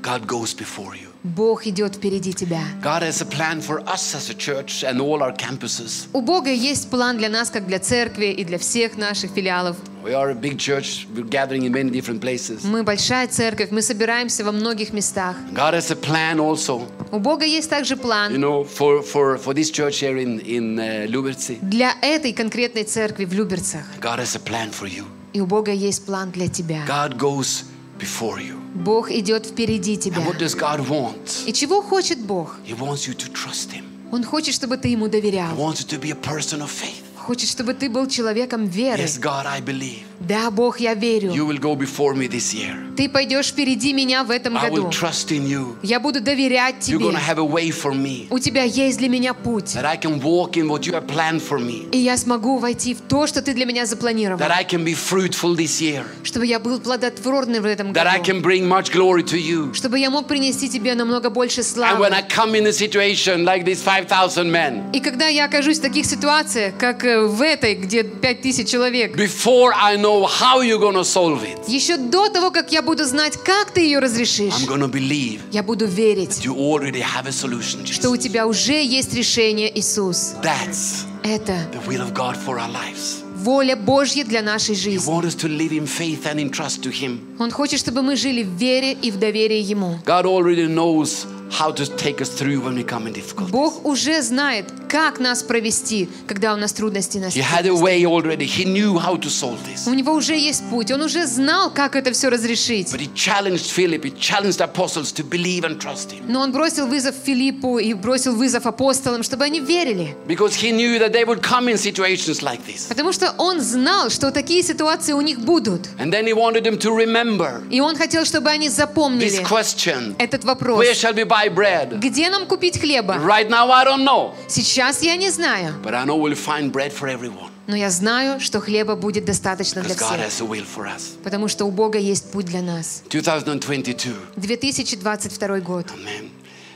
[SPEAKER 1] God goes before you.
[SPEAKER 2] Бог идет впереди тебя.
[SPEAKER 1] God has a plan for us as a church and all our campuses.
[SPEAKER 2] У Бога есть план для нас, как для церкви и для всех наших филиалов.
[SPEAKER 1] We are a big church, we're gathering in many different places.
[SPEAKER 2] Мы большая церковь, мы собираемся во многих местах.
[SPEAKER 1] God has a plan also,
[SPEAKER 2] У Бога есть также
[SPEAKER 1] you
[SPEAKER 2] план
[SPEAKER 1] know, for, for, for this church here in, in uh, Lubertsi.
[SPEAKER 2] для этой конкретной церкви в Люберцах.
[SPEAKER 1] God has a plan for you.
[SPEAKER 2] И у Бога есть план для тебя.
[SPEAKER 1] God goes before you.
[SPEAKER 2] Бог идет впереди тебя.
[SPEAKER 1] And what does God want?
[SPEAKER 2] И чего хочет Бог?
[SPEAKER 1] He wants you to trust Him.
[SPEAKER 2] Он хочет, чтобы ты ему
[SPEAKER 1] He
[SPEAKER 2] доверял.
[SPEAKER 1] wants you to be a person of faith.
[SPEAKER 2] Хочет, чтобы ты был человеком веры.
[SPEAKER 1] Yes, God, I believe
[SPEAKER 2] Да, Бог, я верю.
[SPEAKER 1] you will go before me this year.
[SPEAKER 2] Ты пойдешь впереди меня в этом
[SPEAKER 1] I will
[SPEAKER 2] году.
[SPEAKER 1] trust in you.
[SPEAKER 2] Я буду доверять
[SPEAKER 1] You're
[SPEAKER 2] тебе.
[SPEAKER 1] going to have a way for me
[SPEAKER 2] У тебя есть для меня путь.
[SPEAKER 1] that I can walk in what you have planned for me,
[SPEAKER 2] И я смогу войти в то, что ты для меня запланировал.
[SPEAKER 1] that I can be fruitful this year,
[SPEAKER 2] Чтобы я был плодотворным в этом
[SPEAKER 1] that I
[SPEAKER 2] году.
[SPEAKER 1] can bring much glory to you.
[SPEAKER 2] Чтобы я мог принести тебе намного больше
[SPEAKER 1] And when I
[SPEAKER 2] славы.
[SPEAKER 1] come in a situation like these 5,000 men,
[SPEAKER 2] И когда я окажусь в таких ситуациях, как э, в этой, где пять тысяч человек,
[SPEAKER 1] before I know how you're going to solve it,
[SPEAKER 2] еще до того, как я буду знать, как ты ее
[SPEAKER 1] I'm
[SPEAKER 2] разрешишь,
[SPEAKER 1] going to believe
[SPEAKER 2] я буду верить.
[SPEAKER 1] that you already have a solution,
[SPEAKER 2] что у
[SPEAKER 1] Jesus.
[SPEAKER 2] тебя уже есть решение, Иисус.
[SPEAKER 1] That's
[SPEAKER 2] Это
[SPEAKER 1] the will of God for our lives.
[SPEAKER 2] воля Божья для нашей
[SPEAKER 1] He
[SPEAKER 2] жизни.
[SPEAKER 1] wants us to live in faith and in trust to Him.
[SPEAKER 2] Он хочет, чтобы мы жили в вере и в доверии Ему.
[SPEAKER 1] God already knows how to take us through when we come in difficulty.
[SPEAKER 2] Бог уже знает, как нас провести, когда у нас трудности
[SPEAKER 1] He
[SPEAKER 2] наступят.
[SPEAKER 1] had a way already. He knew how to solve this.
[SPEAKER 2] У него уже есть путь, он уже знал, как это все разрешить.
[SPEAKER 1] But he challenged Philip, he challenged the apostles to believe and trust him.
[SPEAKER 2] Но он бросил вызов Филиппу и бросил вызов апостолам, чтобы они верили.
[SPEAKER 1] Because he knew that they would come in situations like this.
[SPEAKER 2] Потому что он знал, что такие ситуации у них будут.
[SPEAKER 1] And then he wanted them to remember
[SPEAKER 2] И он хотел, чтобы они
[SPEAKER 1] this
[SPEAKER 2] запомнили
[SPEAKER 1] question
[SPEAKER 2] этот вопрос.
[SPEAKER 1] Where shall we buy bread?
[SPEAKER 2] Где нам купить хлеба?
[SPEAKER 1] Right now, I don't know.
[SPEAKER 2] Сейчас я не знаю,
[SPEAKER 1] But I know we'll find bread for everyone.
[SPEAKER 2] но я знаю, что хлеба будет достаточно для
[SPEAKER 1] Because God
[SPEAKER 2] всех.
[SPEAKER 1] has a will for us.
[SPEAKER 2] Потому что у Бога есть путь для нас.
[SPEAKER 1] 2022.
[SPEAKER 2] 2022 год.
[SPEAKER 1] Amen.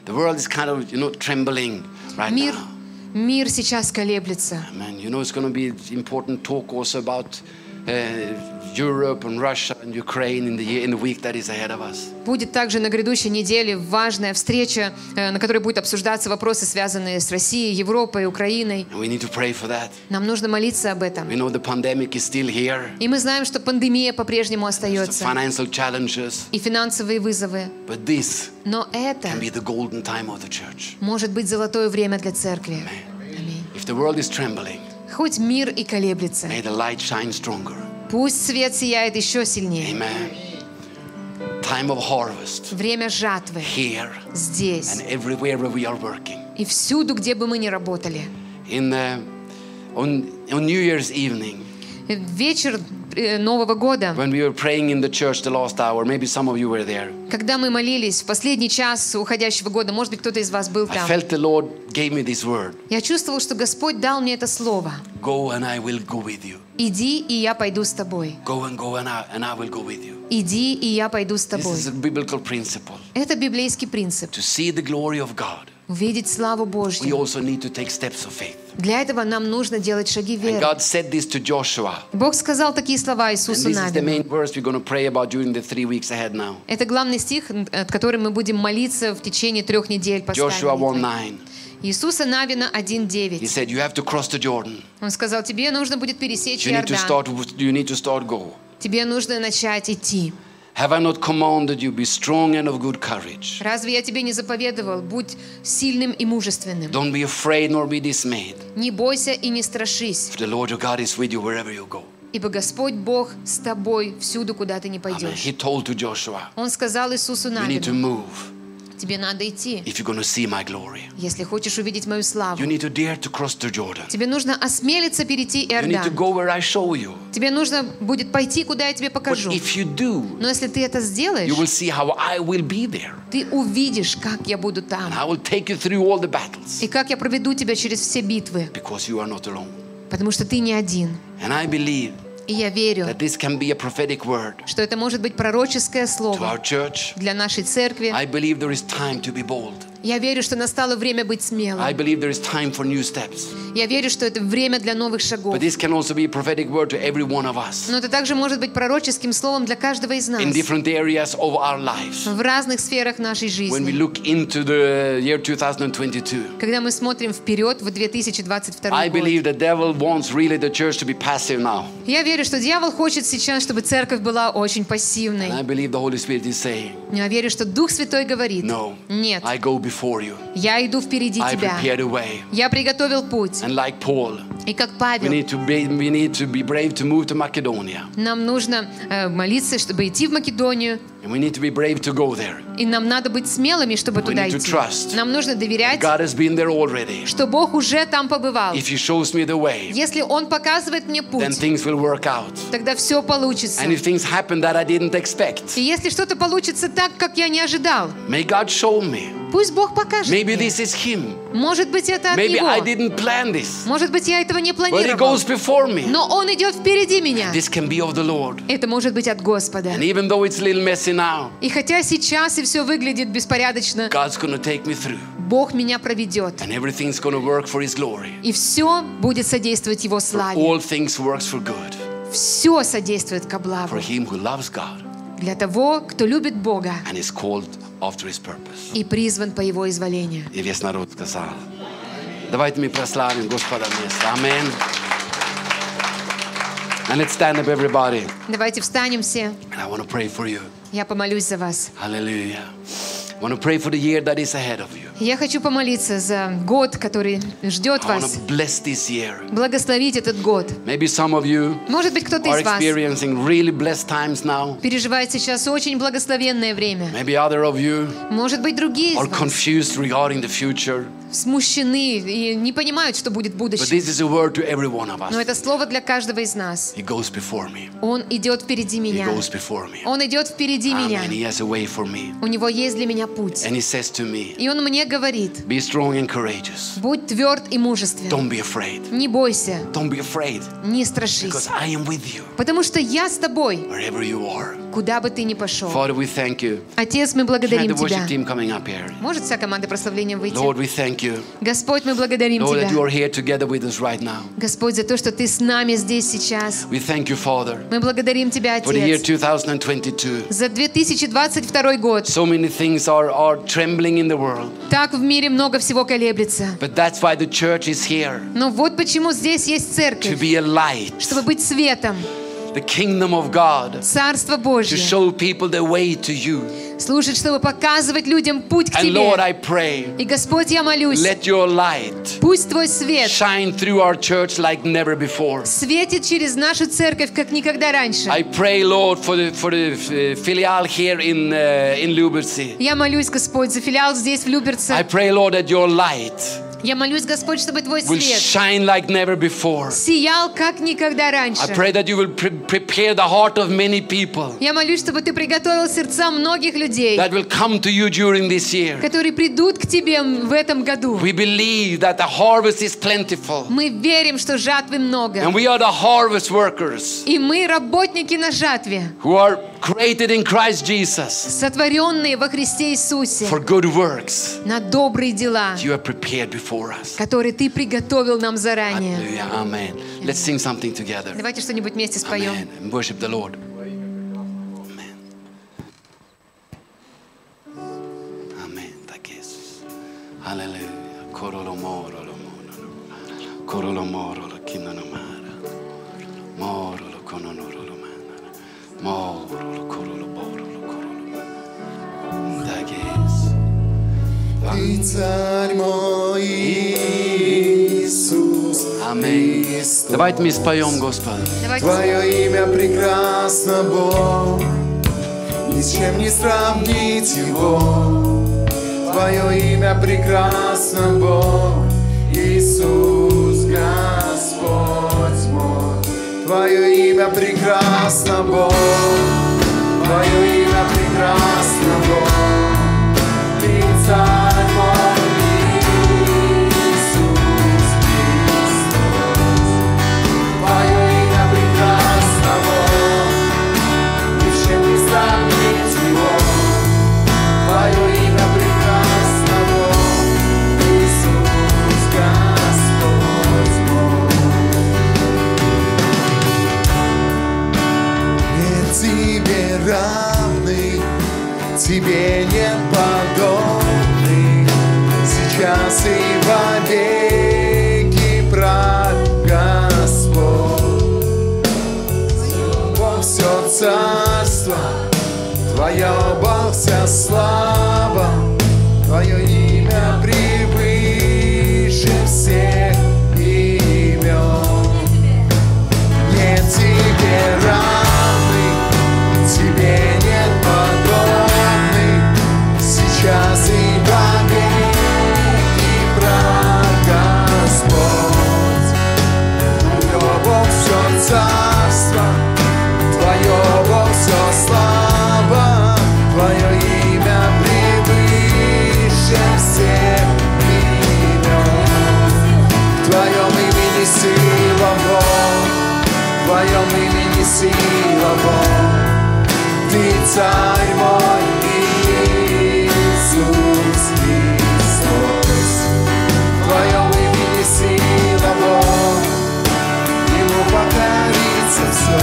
[SPEAKER 1] The world is kind of, you know, trembling right
[SPEAKER 2] Мир,
[SPEAKER 1] now.
[SPEAKER 2] мир сейчас колеблется.
[SPEAKER 1] Amen. You know, it's going to be important talk also about uh, Europe and Russia and Ukraine in the year, in the week that is ahead of us.
[SPEAKER 2] Будет также на грядущей неделе важная встреча, э, на которой будут обсуждаться вопросы, связанные с Россией, Европой, Украиной.
[SPEAKER 1] And we need to pray for that.
[SPEAKER 2] Нам нужно молиться об
[SPEAKER 1] We
[SPEAKER 2] этом.
[SPEAKER 1] know the pandemic is still here.
[SPEAKER 2] И мы знаем, что пандемия по-прежнему
[SPEAKER 1] The
[SPEAKER 2] остается.
[SPEAKER 1] financial challenges.
[SPEAKER 2] И финансовые вызовы.
[SPEAKER 1] But this
[SPEAKER 2] Но это
[SPEAKER 1] can be the golden time of the church.
[SPEAKER 2] может быть золотое время для церкви. Аминь.
[SPEAKER 1] If the world is trembling,
[SPEAKER 2] Хоть мир и колеблется,
[SPEAKER 1] may the light shine stronger.
[SPEAKER 2] пусть свет сияет еще сильнее.
[SPEAKER 1] Amen. Time of harvest
[SPEAKER 2] Время жатвы
[SPEAKER 1] here
[SPEAKER 2] здесь
[SPEAKER 1] and everywhere where we are working.
[SPEAKER 2] и всюду, где бы мы ни работали.
[SPEAKER 1] In uh, on on New Year's evening,
[SPEAKER 2] Э, Вечер э, Нового года,
[SPEAKER 1] when we were praying in the church the last hour, maybe some of you were there.
[SPEAKER 2] когда мы молились в последний час уходящего года, может быть, кто-то из вас был
[SPEAKER 1] I
[SPEAKER 2] там,
[SPEAKER 1] felt the Lord gave me this word:
[SPEAKER 2] я чувствовал, что Господь дал мне это слово.
[SPEAKER 1] "Go and I will go with you.
[SPEAKER 2] «Иди, и я пойду с тобой.
[SPEAKER 1] Go and go and I and I will go with you."
[SPEAKER 2] Иди, и я пойду с
[SPEAKER 1] This
[SPEAKER 2] тобой».
[SPEAKER 1] is a biblical principle.
[SPEAKER 2] Это библейский принцип.
[SPEAKER 1] To see the glory of God,
[SPEAKER 2] Увидеть славу
[SPEAKER 1] we
[SPEAKER 2] Божью.
[SPEAKER 1] also need to take steps of faith.
[SPEAKER 2] Для этого нам нужно делать шаги
[SPEAKER 1] And
[SPEAKER 2] веры.
[SPEAKER 1] God said this to Joshua.
[SPEAKER 2] Бог сказал такие слова
[SPEAKER 1] And
[SPEAKER 2] Иисусу
[SPEAKER 1] this is the
[SPEAKER 2] Навину.
[SPEAKER 1] main verse we're going to pray about during the three weeks ahead now.
[SPEAKER 2] Это главный стих, от которым мы будем молиться в течение трех недель поста и
[SPEAKER 1] Joshua 1
[SPEAKER 2] молитвы.
[SPEAKER 1] 9.
[SPEAKER 2] Иисуса Навина
[SPEAKER 1] He
[SPEAKER 2] 1.9.
[SPEAKER 1] said, You have to cross the Jordan.
[SPEAKER 2] Он сказал, тебе нужно будет пересечь
[SPEAKER 1] You need to
[SPEAKER 2] Иордан.
[SPEAKER 1] start you need to start go.
[SPEAKER 2] Тебе нужно начать идти.
[SPEAKER 1] Have I not commanded you, be strong and of good courage?
[SPEAKER 2] Разве я тебе не заповедовал? Будь сильным и мужественным.
[SPEAKER 1] Don't be afraid nor be dismayed.
[SPEAKER 2] Не бойся и не страшись,
[SPEAKER 1] For the Lord your God is with you wherever you go.
[SPEAKER 2] ибо Господь Бог с тобой всюду, куда ты не
[SPEAKER 1] Amen.
[SPEAKER 2] пойдешь.
[SPEAKER 1] He told to Joshua,
[SPEAKER 2] Он сказал Иисусу
[SPEAKER 1] You need to
[SPEAKER 2] Навину,
[SPEAKER 1] move
[SPEAKER 2] тебе надо идти,
[SPEAKER 1] if you're gonna see my glory.
[SPEAKER 2] если хочешь увидеть мою
[SPEAKER 1] You
[SPEAKER 2] славу.
[SPEAKER 1] need to dare to cross the Jordan.
[SPEAKER 2] Тебе нужно осмелиться перейти
[SPEAKER 1] You need to
[SPEAKER 2] Иордан.
[SPEAKER 1] go where I show you.
[SPEAKER 2] Тебе нужно будет пойти, куда я тебе
[SPEAKER 1] But
[SPEAKER 2] покажу.
[SPEAKER 1] if you do,
[SPEAKER 2] Но если ты это сделаешь,
[SPEAKER 1] you will see how I will be there.
[SPEAKER 2] ты увидишь, как я буду там.
[SPEAKER 1] And I will take you through all the battles.
[SPEAKER 2] И как я проведу тебя через все битвы.
[SPEAKER 1] Because you are not alone.
[SPEAKER 2] Потому что ты не один.
[SPEAKER 1] And I believe
[SPEAKER 2] И я верю,
[SPEAKER 1] that this can be a prophetic word
[SPEAKER 2] что это может быть пророческое
[SPEAKER 1] to our
[SPEAKER 2] слово
[SPEAKER 1] church.
[SPEAKER 2] для нашей церкви.
[SPEAKER 1] I believe there is time to be bold.
[SPEAKER 2] Я верю, что настало время быть
[SPEAKER 1] I
[SPEAKER 2] смелым.
[SPEAKER 1] believe there is time for new steps.
[SPEAKER 2] Я верю, что это время для новых шагов.
[SPEAKER 1] But this can also be a prophetic word to every one of us
[SPEAKER 2] Но это также может быть пророческим словом для каждого из нас.
[SPEAKER 1] in different areas of our lives.
[SPEAKER 2] В разных сферах нашей
[SPEAKER 1] When we
[SPEAKER 2] жизни.
[SPEAKER 1] look into the year 2022,
[SPEAKER 2] Когда мы смотрим вперед в 2022
[SPEAKER 1] I
[SPEAKER 2] год.
[SPEAKER 1] believe the devil wants really the church to be passive now.
[SPEAKER 2] Я верю, что дьявол хочет сейчас, чтобы церковь была очень
[SPEAKER 1] And I
[SPEAKER 2] пассивной.
[SPEAKER 1] believe the Holy Spirit is saying,
[SPEAKER 2] Я верю, что Дух Святой говорит,
[SPEAKER 1] No,
[SPEAKER 2] нет,
[SPEAKER 1] I go before you.
[SPEAKER 2] я иду впереди
[SPEAKER 1] I
[SPEAKER 2] тебя.
[SPEAKER 1] prepare the way.
[SPEAKER 2] Я приготовил путь.
[SPEAKER 1] And like Paul,
[SPEAKER 2] И как
[SPEAKER 1] we
[SPEAKER 2] Павел,
[SPEAKER 1] need to be, we need to be brave to move to Macedonia.
[SPEAKER 2] нам нужно э, молиться, чтобы идти в Македонию,
[SPEAKER 1] And we need to be brave to go there.
[SPEAKER 2] и нам надо быть смелыми, чтобы туда
[SPEAKER 1] need to
[SPEAKER 2] идти.
[SPEAKER 1] trust.
[SPEAKER 2] Нам нужно доверять,
[SPEAKER 1] God has been there already.
[SPEAKER 2] что Бог уже там побывал.
[SPEAKER 1] If He shows me the way,
[SPEAKER 2] Если Он показывает мне
[SPEAKER 1] then
[SPEAKER 2] путь,
[SPEAKER 1] things will work out.
[SPEAKER 2] тогда все получится.
[SPEAKER 1] And if things happen that I didn't
[SPEAKER 2] И
[SPEAKER 1] expect,
[SPEAKER 2] если что-то получится так, как я не ожидал,
[SPEAKER 1] may God show me.
[SPEAKER 2] пусть Бог покажет
[SPEAKER 1] Maybe
[SPEAKER 2] мне.
[SPEAKER 1] this is Him.
[SPEAKER 2] Может быть, это от
[SPEAKER 1] Maybe
[SPEAKER 2] Него.
[SPEAKER 1] I didn't plan this.
[SPEAKER 2] Может быть, я этого не
[SPEAKER 1] But He
[SPEAKER 2] планировал.
[SPEAKER 1] goes before me.
[SPEAKER 2] Но Он идет впереди меня.
[SPEAKER 1] This can be of the Lord.
[SPEAKER 2] Это может быть от Господа.
[SPEAKER 1] And even though it's a little messy now,
[SPEAKER 2] И хотя сейчас и все выглядит беспорядочно,
[SPEAKER 1] God's going to take me through.
[SPEAKER 2] Бог меня проведет.
[SPEAKER 1] And everything's going to work for His glory.
[SPEAKER 2] И все будет содействовать Его
[SPEAKER 1] For
[SPEAKER 2] славе.
[SPEAKER 1] all things works for good.
[SPEAKER 2] Все содействует ко
[SPEAKER 1] For
[SPEAKER 2] благу
[SPEAKER 1] him who loves God
[SPEAKER 2] для того, кто любит Бога
[SPEAKER 1] and is called after His purpose.
[SPEAKER 2] и призван по Его изволению.
[SPEAKER 1] И весь народ сказал. Давайте мы прославим Господа вместе. Аминь. And let's stand up, everybody.
[SPEAKER 2] Давайте встанем все.
[SPEAKER 1] And I want to pray for you.
[SPEAKER 2] Я помолюсь за вас.
[SPEAKER 1] Hallelujah. I want to pray for the year that is ahead of you.
[SPEAKER 2] Я хочу помолиться за год, который ждет
[SPEAKER 1] I want to
[SPEAKER 2] вас.
[SPEAKER 1] bless this year.
[SPEAKER 2] Благословить этот год.
[SPEAKER 1] Maybe some of you
[SPEAKER 2] Может быть, кто-то
[SPEAKER 1] are
[SPEAKER 2] из вас
[SPEAKER 1] experiencing really blessed times now.
[SPEAKER 2] переживает сейчас очень благословенное время.
[SPEAKER 1] Maybe other of you
[SPEAKER 2] Может быть, другие из
[SPEAKER 1] are
[SPEAKER 2] вас
[SPEAKER 1] confused regarding the future.
[SPEAKER 2] смущены и не понимают, что будет в
[SPEAKER 1] But
[SPEAKER 2] будущем.
[SPEAKER 1] this is a word to every one of
[SPEAKER 2] Но
[SPEAKER 1] us.
[SPEAKER 2] это слово для каждого из нас.
[SPEAKER 1] He goes before me.
[SPEAKER 2] Он идет впереди
[SPEAKER 1] He
[SPEAKER 2] меня.
[SPEAKER 1] goes before me.
[SPEAKER 2] Он идет впереди меня.
[SPEAKER 1] Amen. He has a way for me.
[SPEAKER 2] У него есть для меня путь.
[SPEAKER 1] And he says to me,
[SPEAKER 2] И он мне говорит,
[SPEAKER 1] Be strong and courageous.
[SPEAKER 2] будь тверд и мужествен.
[SPEAKER 1] Don't be afraid.
[SPEAKER 2] Не бойся,
[SPEAKER 1] Don't be afraid.
[SPEAKER 2] не страшись.
[SPEAKER 1] Because I am with you
[SPEAKER 2] Потому что я с тобой,
[SPEAKER 1] wherever you are.
[SPEAKER 2] куда бы ты ни пошел.
[SPEAKER 1] Father, we thank you.
[SPEAKER 2] Отец,
[SPEAKER 1] Can
[SPEAKER 2] мы
[SPEAKER 1] I have
[SPEAKER 2] благодарим
[SPEAKER 1] the worship
[SPEAKER 2] Тебя.
[SPEAKER 1] team coming up here?
[SPEAKER 2] Может вся команда прославления выйти?
[SPEAKER 1] Lord, we thank you.
[SPEAKER 2] Господь, мы благодарим
[SPEAKER 1] Lord, that you
[SPEAKER 2] Тебя.
[SPEAKER 1] are here together with us right now.
[SPEAKER 2] Господь, за то, что Ты с нами здесь сейчас.
[SPEAKER 1] We thank you, Father,
[SPEAKER 2] Мы благодарим Тебя,
[SPEAKER 1] for the year
[SPEAKER 2] Отец,
[SPEAKER 1] 2022.
[SPEAKER 2] за 2022 год.
[SPEAKER 1] So many things are, are trembling in the world,
[SPEAKER 2] Так в мире много всего колеблется.
[SPEAKER 1] but that's why the church is here
[SPEAKER 2] Но вот почему здесь есть
[SPEAKER 1] to
[SPEAKER 2] церковь,
[SPEAKER 1] be a light,
[SPEAKER 2] чтобы быть светом,
[SPEAKER 1] the kingdom of God,
[SPEAKER 2] Царство
[SPEAKER 1] to
[SPEAKER 2] Божье.
[SPEAKER 1] show people the way to you.
[SPEAKER 2] Служит, чтобы показывать людям путь к
[SPEAKER 1] And Lord,
[SPEAKER 2] Тебе.
[SPEAKER 1] I pray,
[SPEAKER 2] И, Господь, я молюсь,
[SPEAKER 1] let your light
[SPEAKER 2] пусть Твой свет
[SPEAKER 1] shine through our church like never before.
[SPEAKER 2] светит через нашу церковь, как никогда раньше.
[SPEAKER 1] I pray, Lord, for the for the uh, filial here in uh, in Lubertsi.
[SPEAKER 2] Я молюсь, Господь, за филиал здесь, в
[SPEAKER 1] I
[SPEAKER 2] Люберце.
[SPEAKER 1] pray, Lord, that your light
[SPEAKER 2] Я молюсь, Господь, чтобы Твой
[SPEAKER 1] will
[SPEAKER 2] свет
[SPEAKER 1] shine like never before.
[SPEAKER 2] сиял, как никогда
[SPEAKER 1] I
[SPEAKER 2] раньше.
[SPEAKER 1] pray that you will pre- prepare the heart of many people
[SPEAKER 2] Я молюсь, чтобы Ты приготовил сердца многих людей,
[SPEAKER 1] that will come to you during this year.
[SPEAKER 2] которые придут к Тебе в этом году.
[SPEAKER 1] We believe that the harvest is plentiful
[SPEAKER 2] Мы верим, что жатвы много.
[SPEAKER 1] and we are the harvest workers
[SPEAKER 2] И мы работники на жатве,
[SPEAKER 1] who are created in Christ Jesus
[SPEAKER 2] сотворенные во Христе Иисусе
[SPEAKER 1] for good works
[SPEAKER 2] на добрые дела,
[SPEAKER 1] you have prepared before us.
[SPEAKER 2] которые Ты прigotовил нам заранее.
[SPEAKER 1] Hallelujah. Amen. Let's sing something together.
[SPEAKER 2] Давайте что-нибудь вместе споем.
[SPEAKER 1] Amen. And worship the Lord. Amen. Tack Jesus. Halleluja. Korolomoro lomono. Korolomoro lo kinonomara. Moro lo kononoro lomana. Moro lo koroloboro lo korolomana. Tack Jesus.
[SPEAKER 3] Ты царь мой Иисус,
[SPEAKER 1] Amen. Давайте мы споем, Господи.
[SPEAKER 2] Давайте
[SPEAKER 3] Твое имя прекрасно, Бог, ни с чем не сравнить его. Твое имя прекрасно, Бог, Иисус Господь мой. Твое имя прекрасно, Бог, Твое имя прекрасно, Бог. Ты царь мой, Иисус Христос. Твое имя прекрасно, Бог, ни с чем не сравнить его. Твое имя прекрасно, Бог, Иисус Господь мой. Нет тебе равных, тебе нет подобных, сейчас и во веки прав Господь. Бог все царство, Твое Бог вся слава, Твое имя превыше всех имен. Нет тебе равных, тебе нет подобных, сейчас и во веки прав Господь. Твое Бог все царство, Твое Бог все слава, Твое имя превыше всех имен. В Твоем имени сила Бог, в Твоем имени сила Бог. Ты царь мой, Иисус Христос. В Твоем имени сила Бог, Ему покорится все.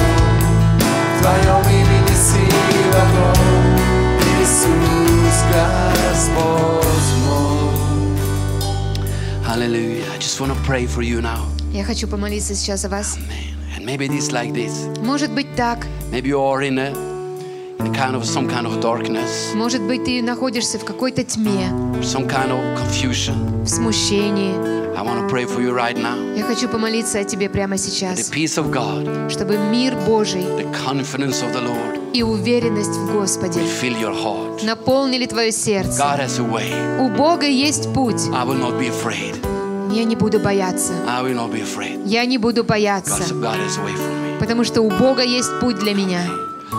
[SPEAKER 3] В Твоем имени сила Бог, Иисус Господь мой.
[SPEAKER 1] Hallelujah. I just want to pray for you now.
[SPEAKER 2] я хочу помолиться сейчас за вас.
[SPEAKER 1] Amen. And maybe it is like this.
[SPEAKER 2] Может быть так.
[SPEAKER 1] Maybe you are in a kind of some kind of darkness,
[SPEAKER 2] Может быть, ты находишься в какой-то тьме,
[SPEAKER 1] some kind of confusion.
[SPEAKER 2] в смущении.
[SPEAKER 1] I want to pray for you right now.
[SPEAKER 2] Я хочу помолиться о тебе прямо
[SPEAKER 1] The
[SPEAKER 2] сейчас,
[SPEAKER 1] peace of God,
[SPEAKER 2] чтобы мир Божий
[SPEAKER 1] the confidence of the Lord
[SPEAKER 2] и уверенность в Господе
[SPEAKER 1] will fill your heart.
[SPEAKER 2] наполнили твое сердце.
[SPEAKER 1] God has a way.
[SPEAKER 2] У Бога есть путь.
[SPEAKER 1] I will not be afraid.
[SPEAKER 2] Я не буду бояться.
[SPEAKER 1] I will not be afraid.
[SPEAKER 2] Я не буду
[SPEAKER 1] God,
[SPEAKER 2] бояться,
[SPEAKER 1] God has a way for me.
[SPEAKER 2] потому что у Бога есть путь для меня.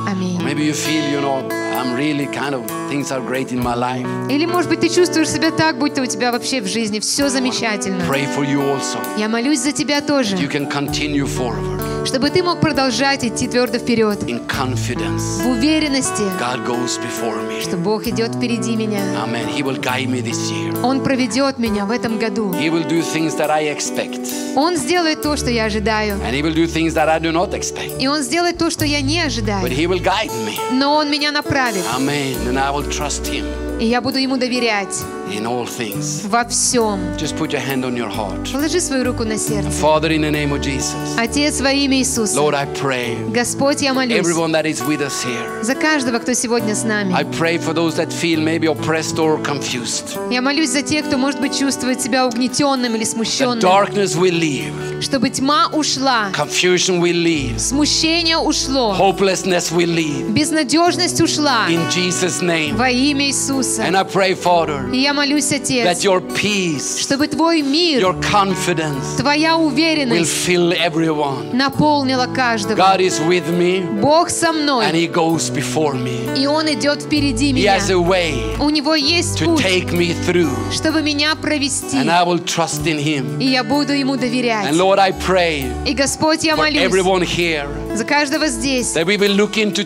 [SPEAKER 2] Аминь.
[SPEAKER 1] Maybe you feel, you know, I'm really kind of things are great in my life.
[SPEAKER 2] Или, может быть, ты чувствуешь себя так, будто у тебя вообще в жизни все замечательно.
[SPEAKER 1] Pray for you also.
[SPEAKER 2] Я молюсь за тебя
[SPEAKER 1] You
[SPEAKER 2] тоже,
[SPEAKER 1] can continue forward
[SPEAKER 2] чтобы ты мог продолжать идти твердо вперед,
[SPEAKER 1] in confidence.
[SPEAKER 2] в уверенности,
[SPEAKER 1] God goes before me.
[SPEAKER 2] что Бог идет впереди меня.
[SPEAKER 1] Amen. He will guide me this year.
[SPEAKER 2] Он проведет меня в этом году.
[SPEAKER 1] He will do things that I expect,
[SPEAKER 2] Он сделает то, что я ожидаю.
[SPEAKER 1] and He will do things that I do not expect.
[SPEAKER 2] И Он сделает то, что я не
[SPEAKER 1] But
[SPEAKER 2] ожидаю.
[SPEAKER 1] He will guide me.
[SPEAKER 2] Но Он меня направит,
[SPEAKER 1] Amen. And I will trust Him
[SPEAKER 2] и я буду Ему доверять
[SPEAKER 1] in all things.
[SPEAKER 2] во всем.
[SPEAKER 1] Just put your hand on your heart.
[SPEAKER 2] Положи свою руку на сердце.
[SPEAKER 1] Father, in the name of Jesus,
[SPEAKER 2] Отец во имя Иисуса,
[SPEAKER 1] Lord, I pray.
[SPEAKER 2] Господь, я молюсь
[SPEAKER 1] Everyone that is with us here,
[SPEAKER 2] за каждого, кто сегодня с нами.
[SPEAKER 1] I pray for those that feel maybe oppressed or confused.
[SPEAKER 2] Я молюсь за тех, кто, может быть, чувствует себя угнетенным или
[SPEAKER 1] That
[SPEAKER 2] смущенным,
[SPEAKER 1] darkness will leave,
[SPEAKER 2] чтобы тьма ушла,
[SPEAKER 1] confusion will leave,
[SPEAKER 2] смущение ушло,
[SPEAKER 1] hopelessness will leave.
[SPEAKER 2] безнадежность ушла
[SPEAKER 1] In Jesus' name.
[SPEAKER 2] во имя Иисуса.
[SPEAKER 1] And I pray, Father,
[SPEAKER 2] И я молюсь,
[SPEAKER 1] that
[SPEAKER 2] Отец,
[SPEAKER 1] your peace,
[SPEAKER 2] чтобы Твой мир,
[SPEAKER 1] your confidence
[SPEAKER 2] Твоя
[SPEAKER 1] will
[SPEAKER 2] уверенность
[SPEAKER 1] fill everyone.
[SPEAKER 2] наполнила каждого.
[SPEAKER 1] God is with me
[SPEAKER 2] Бог со
[SPEAKER 1] and
[SPEAKER 2] мной,
[SPEAKER 1] He goes before me.
[SPEAKER 2] и Он идет впереди
[SPEAKER 1] He
[SPEAKER 2] меня.
[SPEAKER 1] has a way
[SPEAKER 2] У Него есть
[SPEAKER 1] to
[SPEAKER 2] путь,
[SPEAKER 1] take me through,
[SPEAKER 2] чтобы меня провести,
[SPEAKER 1] and I will trust in Him.
[SPEAKER 2] и я буду Ему доверять.
[SPEAKER 1] And Lord, I pray
[SPEAKER 2] И, Господь, я
[SPEAKER 1] for
[SPEAKER 2] молюсь
[SPEAKER 1] everyone here
[SPEAKER 2] за каждого здесь,
[SPEAKER 1] that we will look into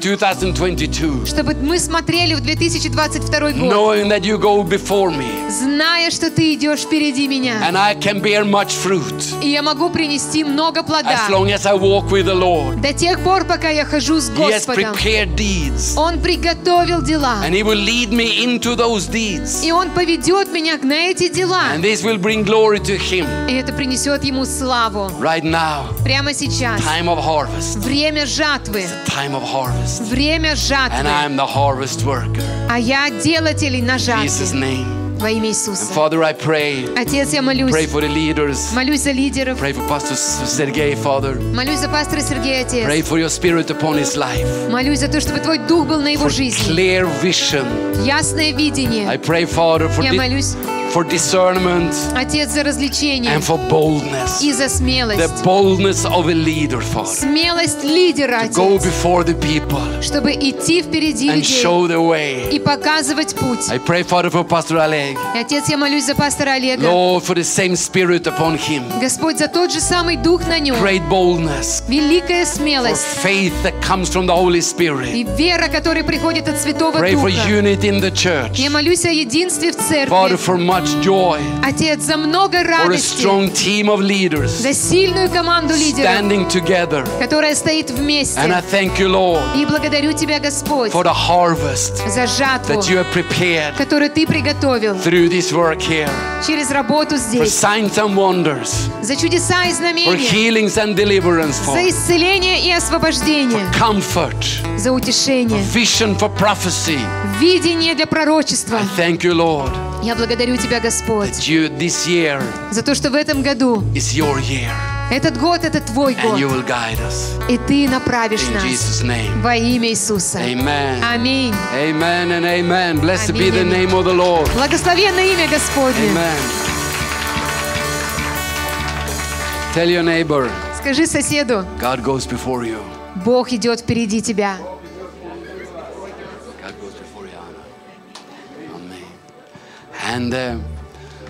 [SPEAKER 1] 2022
[SPEAKER 2] чтобы мы смотрели в 2022 год,
[SPEAKER 1] knowing that you go before me
[SPEAKER 2] зная, что ты идешь впереди меня,
[SPEAKER 1] and I can bear much fruit
[SPEAKER 2] и я могу принести много плода
[SPEAKER 1] as long as I walk with the Lord.
[SPEAKER 2] до тех пор, пока я хожу с
[SPEAKER 1] He has
[SPEAKER 2] Господом.
[SPEAKER 1] prepared deeds.
[SPEAKER 2] Он приготовил дела,
[SPEAKER 1] And he will lead me into those deeds.
[SPEAKER 2] и Он поведет меня на эти дела,
[SPEAKER 1] And this will bring glory to him
[SPEAKER 2] и это принесет Ему славу
[SPEAKER 1] right now.
[SPEAKER 2] прямо сейчас.
[SPEAKER 1] Time of harvest.
[SPEAKER 2] Время жатвы,
[SPEAKER 1] Time of harvest.
[SPEAKER 2] время
[SPEAKER 1] And
[SPEAKER 2] жатвы,
[SPEAKER 1] I'm the harvest worker.
[SPEAKER 2] а я делатель на
[SPEAKER 1] In
[SPEAKER 2] жатве
[SPEAKER 1] Jesus' name.
[SPEAKER 2] во имя
[SPEAKER 1] And
[SPEAKER 2] Иисуса.
[SPEAKER 1] Father, I pray.
[SPEAKER 2] Отец, я
[SPEAKER 1] Pray
[SPEAKER 2] молюсь,
[SPEAKER 1] for the leaders.
[SPEAKER 2] молюсь за лидеров,
[SPEAKER 1] Pray for Pastor Sergei, Father.
[SPEAKER 2] молюсь за пастора Сергея,
[SPEAKER 1] Pray
[SPEAKER 2] Отец,
[SPEAKER 1] for your spirit upon his life.
[SPEAKER 2] молюсь за то, чтобы Твой дух был на его
[SPEAKER 1] For
[SPEAKER 2] жизни,
[SPEAKER 1] clear vision.
[SPEAKER 2] ясное видение,
[SPEAKER 1] I pray, Father, for,
[SPEAKER 2] Я
[SPEAKER 1] di-
[SPEAKER 2] молюсь,
[SPEAKER 1] for discernment
[SPEAKER 2] Отец, за развлечение
[SPEAKER 1] and for boldness.
[SPEAKER 2] и за
[SPEAKER 1] The
[SPEAKER 2] смелость.
[SPEAKER 1] boldness of a leader, Father.
[SPEAKER 2] Смелость лидера,
[SPEAKER 1] Go
[SPEAKER 2] Отец,
[SPEAKER 1] before the people.
[SPEAKER 2] чтобы идти впереди
[SPEAKER 1] and
[SPEAKER 2] людей
[SPEAKER 1] show the way.
[SPEAKER 2] и показывать путь.
[SPEAKER 1] I pray, Father, for Pastor Oleg.
[SPEAKER 2] И, Отец, я молюсь за пастора Олега.
[SPEAKER 1] Lord, for the same spirit upon him.
[SPEAKER 2] Господь, за тот же самый дух на нем.
[SPEAKER 1] Great boldness.
[SPEAKER 2] Великая
[SPEAKER 1] For
[SPEAKER 2] смелость
[SPEAKER 1] faith that comes from the Holy
[SPEAKER 2] и
[SPEAKER 1] Spirit.
[SPEAKER 2] вера, которая приходит от Святого
[SPEAKER 1] Pray for
[SPEAKER 2] Духа.
[SPEAKER 1] unity in the church.
[SPEAKER 2] Я молюсь о единстве в
[SPEAKER 1] Father,
[SPEAKER 2] церкви.
[SPEAKER 1] for much joy.
[SPEAKER 2] Отец, за много
[SPEAKER 1] For a
[SPEAKER 2] радости,
[SPEAKER 1] strong team of leaders
[SPEAKER 2] за sильную команду лидеров,
[SPEAKER 1] standing together.
[SPEAKER 2] которая стоит
[SPEAKER 1] And I
[SPEAKER 2] вместе.
[SPEAKER 1] thank you, Lord,
[SPEAKER 2] И благодарю Тебя, Господь,
[SPEAKER 1] for the harvest
[SPEAKER 2] за жатву,
[SPEAKER 1] that you have prepared
[SPEAKER 2] которую Ты приготовил.
[SPEAKER 1] through this work here.
[SPEAKER 2] через работу
[SPEAKER 1] For
[SPEAKER 2] здесь,
[SPEAKER 1] signs and wonders.
[SPEAKER 2] за чудеса и
[SPEAKER 1] For
[SPEAKER 2] знамения,
[SPEAKER 1] healings and deliverance.
[SPEAKER 2] за
[SPEAKER 1] For
[SPEAKER 2] исцеление и освобождение,
[SPEAKER 1] comfort.
[SPEAKER 2] за утешение,
[SPEAKER 1] Vision for prophecy.
[SPEAKER 2] видение для пророчества.
[SPEAKER 1] I thank you, Lord,
[SPEAKER 2] Я благодарю Тебя, Господь,
[SPEAKER 1] that you this year
[SPEAKER 2] за то, что в этом году,
[SPEAKER 1] is your year,
[SPEAKER 2] этот год — это Твой
[SPEAKER 1] and you
[SPEAKER 2] год,
[SPEAKER 1] will guide us
[SPEAKER 2] и Ты направишь
[SPEAKER 1] in
[SPEAKER 2] нас
[SPEAKER 1] Jesus' name.
[SPEAKER 2] во имя Иисуса.
[SPEAKER 1] Amen.
[SPEAKER 2] Аминь.
[SPEAKER 1] Amen and amen. Blessed be the
[SPEAKER 2] Amen.
[SPEAKER 1] name of the Lord.
[SPEAKER 2] Благословенное имя Господне.
[SPEAKER 1] Amen. Tell your neighbor,
[SPEAKER 2] Скажи соседу,
[SPEAKER 1] God goes before you.
[SPEAKER 2] Бог идет впереди тебя.
[SPEAKER 1] God goes before you, Anna. Amen. And uh,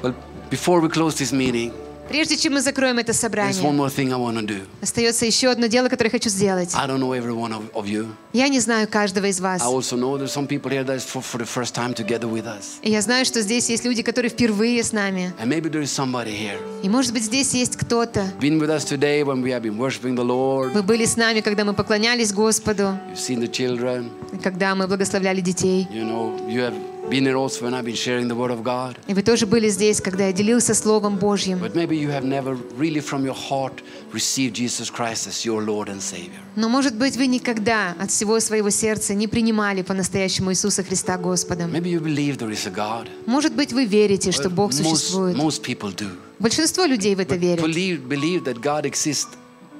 [SPEAKER 1] well, before we close this meeting,
[SPEAKER 2] Прежде чем мы закроем это
[SPEAKER 1] there's one
[SPEAKER 2] собрание,
[SPEAKER 1] more thing I want to do.
[SPEAKER 2] остается еще одно дело, которое я хочу сделать.
[SPEAKER 1] I don't know every one of, of you.
[SPEAKER 2] Я не знаю каждого из вас.
[SPEAKER 1] I also know there's some people here that is for, for the first time together with us.
[SPEAKER 2] И Я знаю, что здесь есть люди, которые впервые с нами.
[SPEAKER 1] And maybe there is somebody here.
[SPEAKER 2] И может быть здесь есть кто-то.
[SPEAKER 1] Been with us today when we have been worshiping the Lord.
[SPEAKER 2] Вы были с нами, когда мы поклонялись Господу,
[SPEAKER 1] You've seen the children.
[SPEAKER 2] когда мы благословляли детей.
[SPEAKER 1] You know, you have been here also when I've been sharing the Word of God.
[SPEAKER 2] И вы тоже были здесь, когда я делился Словом Божьим.
[SPEAKER 1] But maybe you have never really from your heart received Jesus Christ as your Lord and Savior.
[SPEAKER 2] Но, может быть, вы никогда от всего своего сердца не принимали по-настоящему Иисуса Христа Господом.
[SPEAKER 1] Maybe you believe there is a God.
[SPEAKER 2] Может быть, вы верите, что Бог
[SPEAKER 1] most,
[SPEAKER 2] существует.
[SPEAKER 1] most people do.
[SPEAKER 2] Большинство людей в это
[SPEAKER 1] But
[SPEAKER 2] верят.
[SPEAKER 1] believe, believe that God exists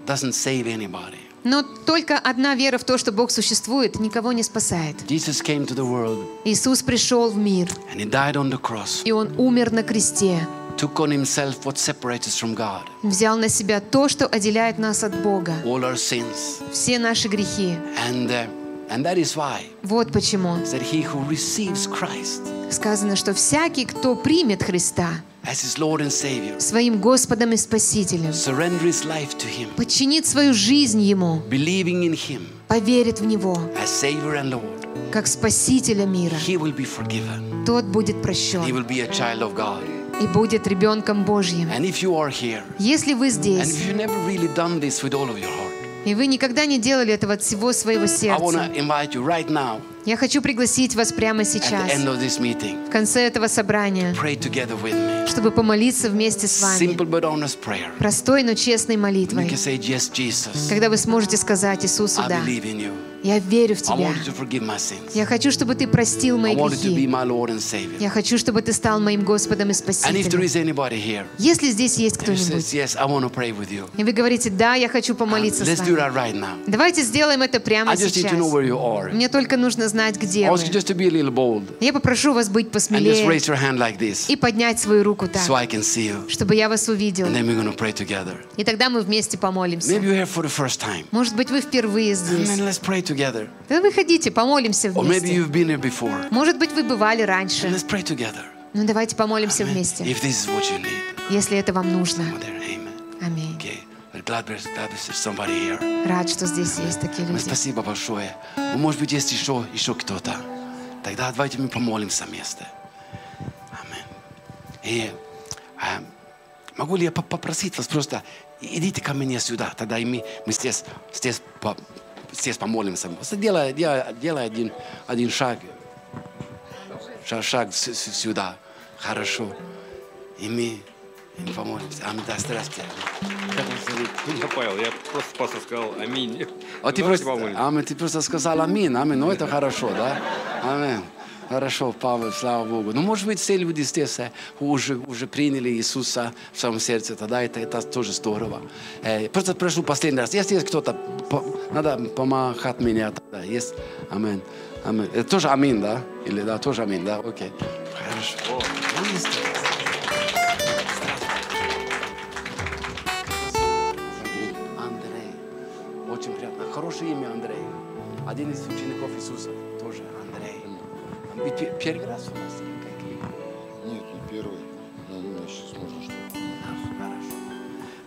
[SPEAKER 1] doesn't save anybody.
[SPEAKER 2] Но только одна вера в то, что Бог существует, никого не спасает.
[SPEAKER 1] Jesus came to the world
[SPEAKER 2] Иисус пришел в мир,
[SPEAKER 1] and he died on the cross,
[SPEAKER 2] и Он умер на кресте,
[SPEAKER 1] took on himself what separates us from God,
[SPEAKER 2] взял на себя то, что отделяет нас от Бога,
[SPEAKER 1] all our sins.
[SPEAKER 2] все наши грехи.
[SPEAKER 1] And, uh, and that is why
[SPEAKER 2] Вот почему
[SPEAKER 1] that he who receives Christ
[SPEAKER 2] сказано, что всякий, кто примет Христа
[SPEAKER 1] as his Lord and Savior,
[SPEAKER 2] своим Господом и Спасителем,
[SPEAKER 1] surrender his life to him,
[SPEAKER 2] подчинит свою жизнь Ему,
[SPEAKER 1] believing in him
[SPEAKER 2] поверит в Него,
[SPEAKER 1] as Savior and Lord,
[SPEAKER 2] как Спасителя мира,
[SPEAKER 1] he will be forgiven.
[SPEAKER 2] тот будет
[SPEAKER 1] He
[SPEAKER 2] прощен
[SPEAKER 1] will be a child of God.
[SPEAKER 2] и будет ребенком Божьим.
[SPEAKER 1] And if you are here,
[SPEAKER 2] Если вы
[SPEAKER 1] and
[SPEAKER 2] здесь,
[SPEAKER 1] if you've never really done this with all of your heart,
[SPEAKER 2] и вы никогда не делали этого от всего своего
[SPEAKER 1] I want
[SPEAKER 2] сердца,
[SPEAKER 1] to invite you right now
[SPEAKER 2] я хочу пригласить вас прямо
[SPEAKER 1] at
[SPEAKER 2] сейчас,
[SPEAKER 1] the end of this meeting.
[SPEAKER 2] в конце этого собрания,
[SPEAKER 1] Pray together with me.
[SPEAKER 2] чтобы помолиться вместе с вами.
[SPEAKER 1] Simple but honest prayer.
[SPEAKER 2] Простой, но честной
[SPEAKER 1] And you
[SPEAKER 2] молитвой.
[SPEAKER 1] can say, Yes, Jesus,
[SPEAKER 2] Когда вы сможете сказать Иисусу
[SPEAKER 1] I
[SPEAKER 2] «Да,
[SPEAKER 1] believe in you.
[SPEAKER 2] я верю в
[SPEAKER 1] I
[SPEAKER 2] Тебя.
[SPEAKER 1] want you to forgive my sins.
[SPEAKER 2] Я хочу, чтобы Ты простил
[SPEAKER 1] I
[SPEAKER 2] мои
[SPEAKER 1] want you to be
[SPEAKER 2] грехи.
[SPEAKER 1] my Lord and Savior.
[SPEAKER 2] Я хочу, чтобы Ты стал моим Господом и
[SPEAKER 1] And if there
[SPEAKER 2] Спасителем».
[SPEAKER 1] is anybody here
[SPEAKER 2] Если здесь есть
[SPEAKER 1] who
[SPEAKER 2] кто-нибудь,
[SPEAKER 1] says, Yes, I want to pray with you,
[SPEAKER 2] и вы говорите «Да, я хочу помолиться с
[SPEAKER 1] let's do that
[SPEAKER 2] вами»,
[SPEAKER 1] right now.
[SPEAKER 2] давайте сделаем это
[SPEAKER 1] I
[SPEAKER 2] прямо
[SPEAKER 1] just need to know
[SPEAKER 2] сейчас.
[SPEAKER 1] where you are. I
[SPEAKER 2] Мне только нужно знать, где вы.
[SPEAKER 1] ask you just to be a little bold
[SPEAKER 2] Я попрошу вас быть
[SPEAKER 1] and just
[SPEAKER 2] посмелее
[SPEAKER 1] raise your hand like this
[SPEAKER 2] и поднять свою руку
[SPEAKER 1] so
[SPEAKER 2] так,
[SPEAKER 1] I can see you.
[SPEAKER 2] чтобы я вас увидел.
[SPEAKER 1] And then we're going to pray together.
[SPEAKER 2] И тогда мы вместе помолимся.
[SPEAKER 1] Maybe you're here for the first time.
[SPEAKER 2] Может быть, вы впервые
[SPEAKER 1] And
[SPEAKER 2] здесь.
[SPEAKER 1] then let's pray together.
[SPEAKER 2] Да выходите, помолимся
[SPEAKER 1] Or maybe
[SPEAKER 2] вместе.
[SPEAKER 1] you've been here before.
[SPEAKER 2] Может быть, вы бывали
[SPEAKER 1] And
[SPEAKER 2] раньше.
[SPEAKER 1] let's pray together.
[SPEAKER 2] Ну давайте помолимся
[SPEAKER 1] Amen.
[SPEAKER 2] вместе,
[SPEAKER 1] If this is what you need.
[SPEAKER 2] если это вам нужно.
[SPEAKER 1] Oh, there, amen.
[SPEAKER 2] Аминь.
[SPEAKER 1] Okay. We're glad, there's, glad there's somebody here.
[SPEAKER 2] Рад, что здесь есть такие
[SPEAKER 1] Ну,
[SPEAKER 2] люди.
[SPEAKER 1] Спасибо большое. Ну, Может быть, есть еще, еще кто-то. Тогда давайте мы помолимся вместе. Аминь. И э, могу ли я поп- попросить вас просто, идите ко мне сюда, тогда и мы, мы здесь, здесь, по- здесь помолимся. Просто делай, делай- делай один, один шаг. Шаг, шаг с- с- сюда. Хорошо. И мы, и мы помолимся. Аминь. Да, здравствуйте.
[SPEAKER 4] Я понял, я просто пастор сказал аминь.
[SPEAKER 1] А ты,
[SPEAKER 4] Ну, Давайте
[SPEAKER 1] просто,
[SPEAKER 4] помолимся.
[SPEAKER 1] а, мы- ты просто сказал амин, амин, ну это хорошо, да? Амин. Хорошо, Павел, слава Богу. Ну, может быть, все люди здесь э, уже, уже приняли Иисуса в своем сердце, тогда это, это тоже здорово. Э, просто прошу последний раз, если есть кто-то, по- надо помахать меня тогда, есть? Амин. Амин. Это тоже амин, да? Или да, тоже амин, да? Окей. Хорошо. Ну, есть. Андрей. Андрей. Очень приятно. Хорошее имя Андрей. Один из учеников Иисуса тоже Андрей. И пе- первый раз у нас? Какие?
[SPEAKER 5] Нет, не первый. Но у меня сейчас можно что-то.
[SPEAKER 1] А, Хорошо.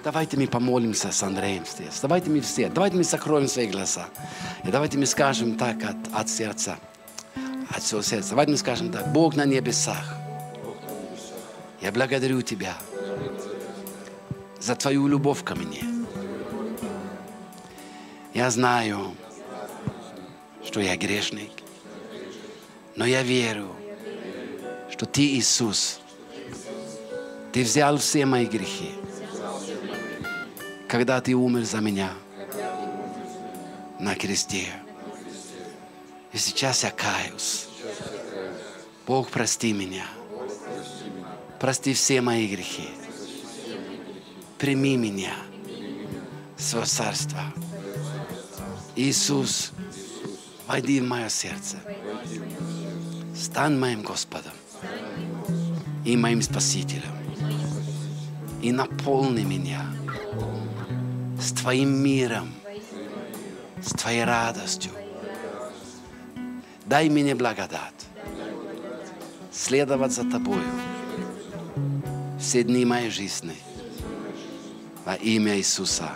[SPEAKER 1] Давайте мы помолимся с Андреем здесь. Давайте мы все, давайте мы закроем свои глаза. И давайте мы скажем так от, от сердца, от всего сердца. Давайте мы скажем так. Бог на небесах, я благодарю Тебя за Твою любовь ко мне. Я знаю, что я грешник, но я верю, что Ты, Иисус, ты взял все мои грехи. Когда ты умер за меня на кресте. И сейчас я каюсь. Бог, прости меня. Прости все мои грехи. Прими меня в свое царство. Иисус, войди в мое сердце. Стань моим Господом и моим Спасителем. И наполни меня с Твоим миром, с Твоей радостью. Дай мне благодать следовать за Тобою все дни моей жизни во имя Иисуса.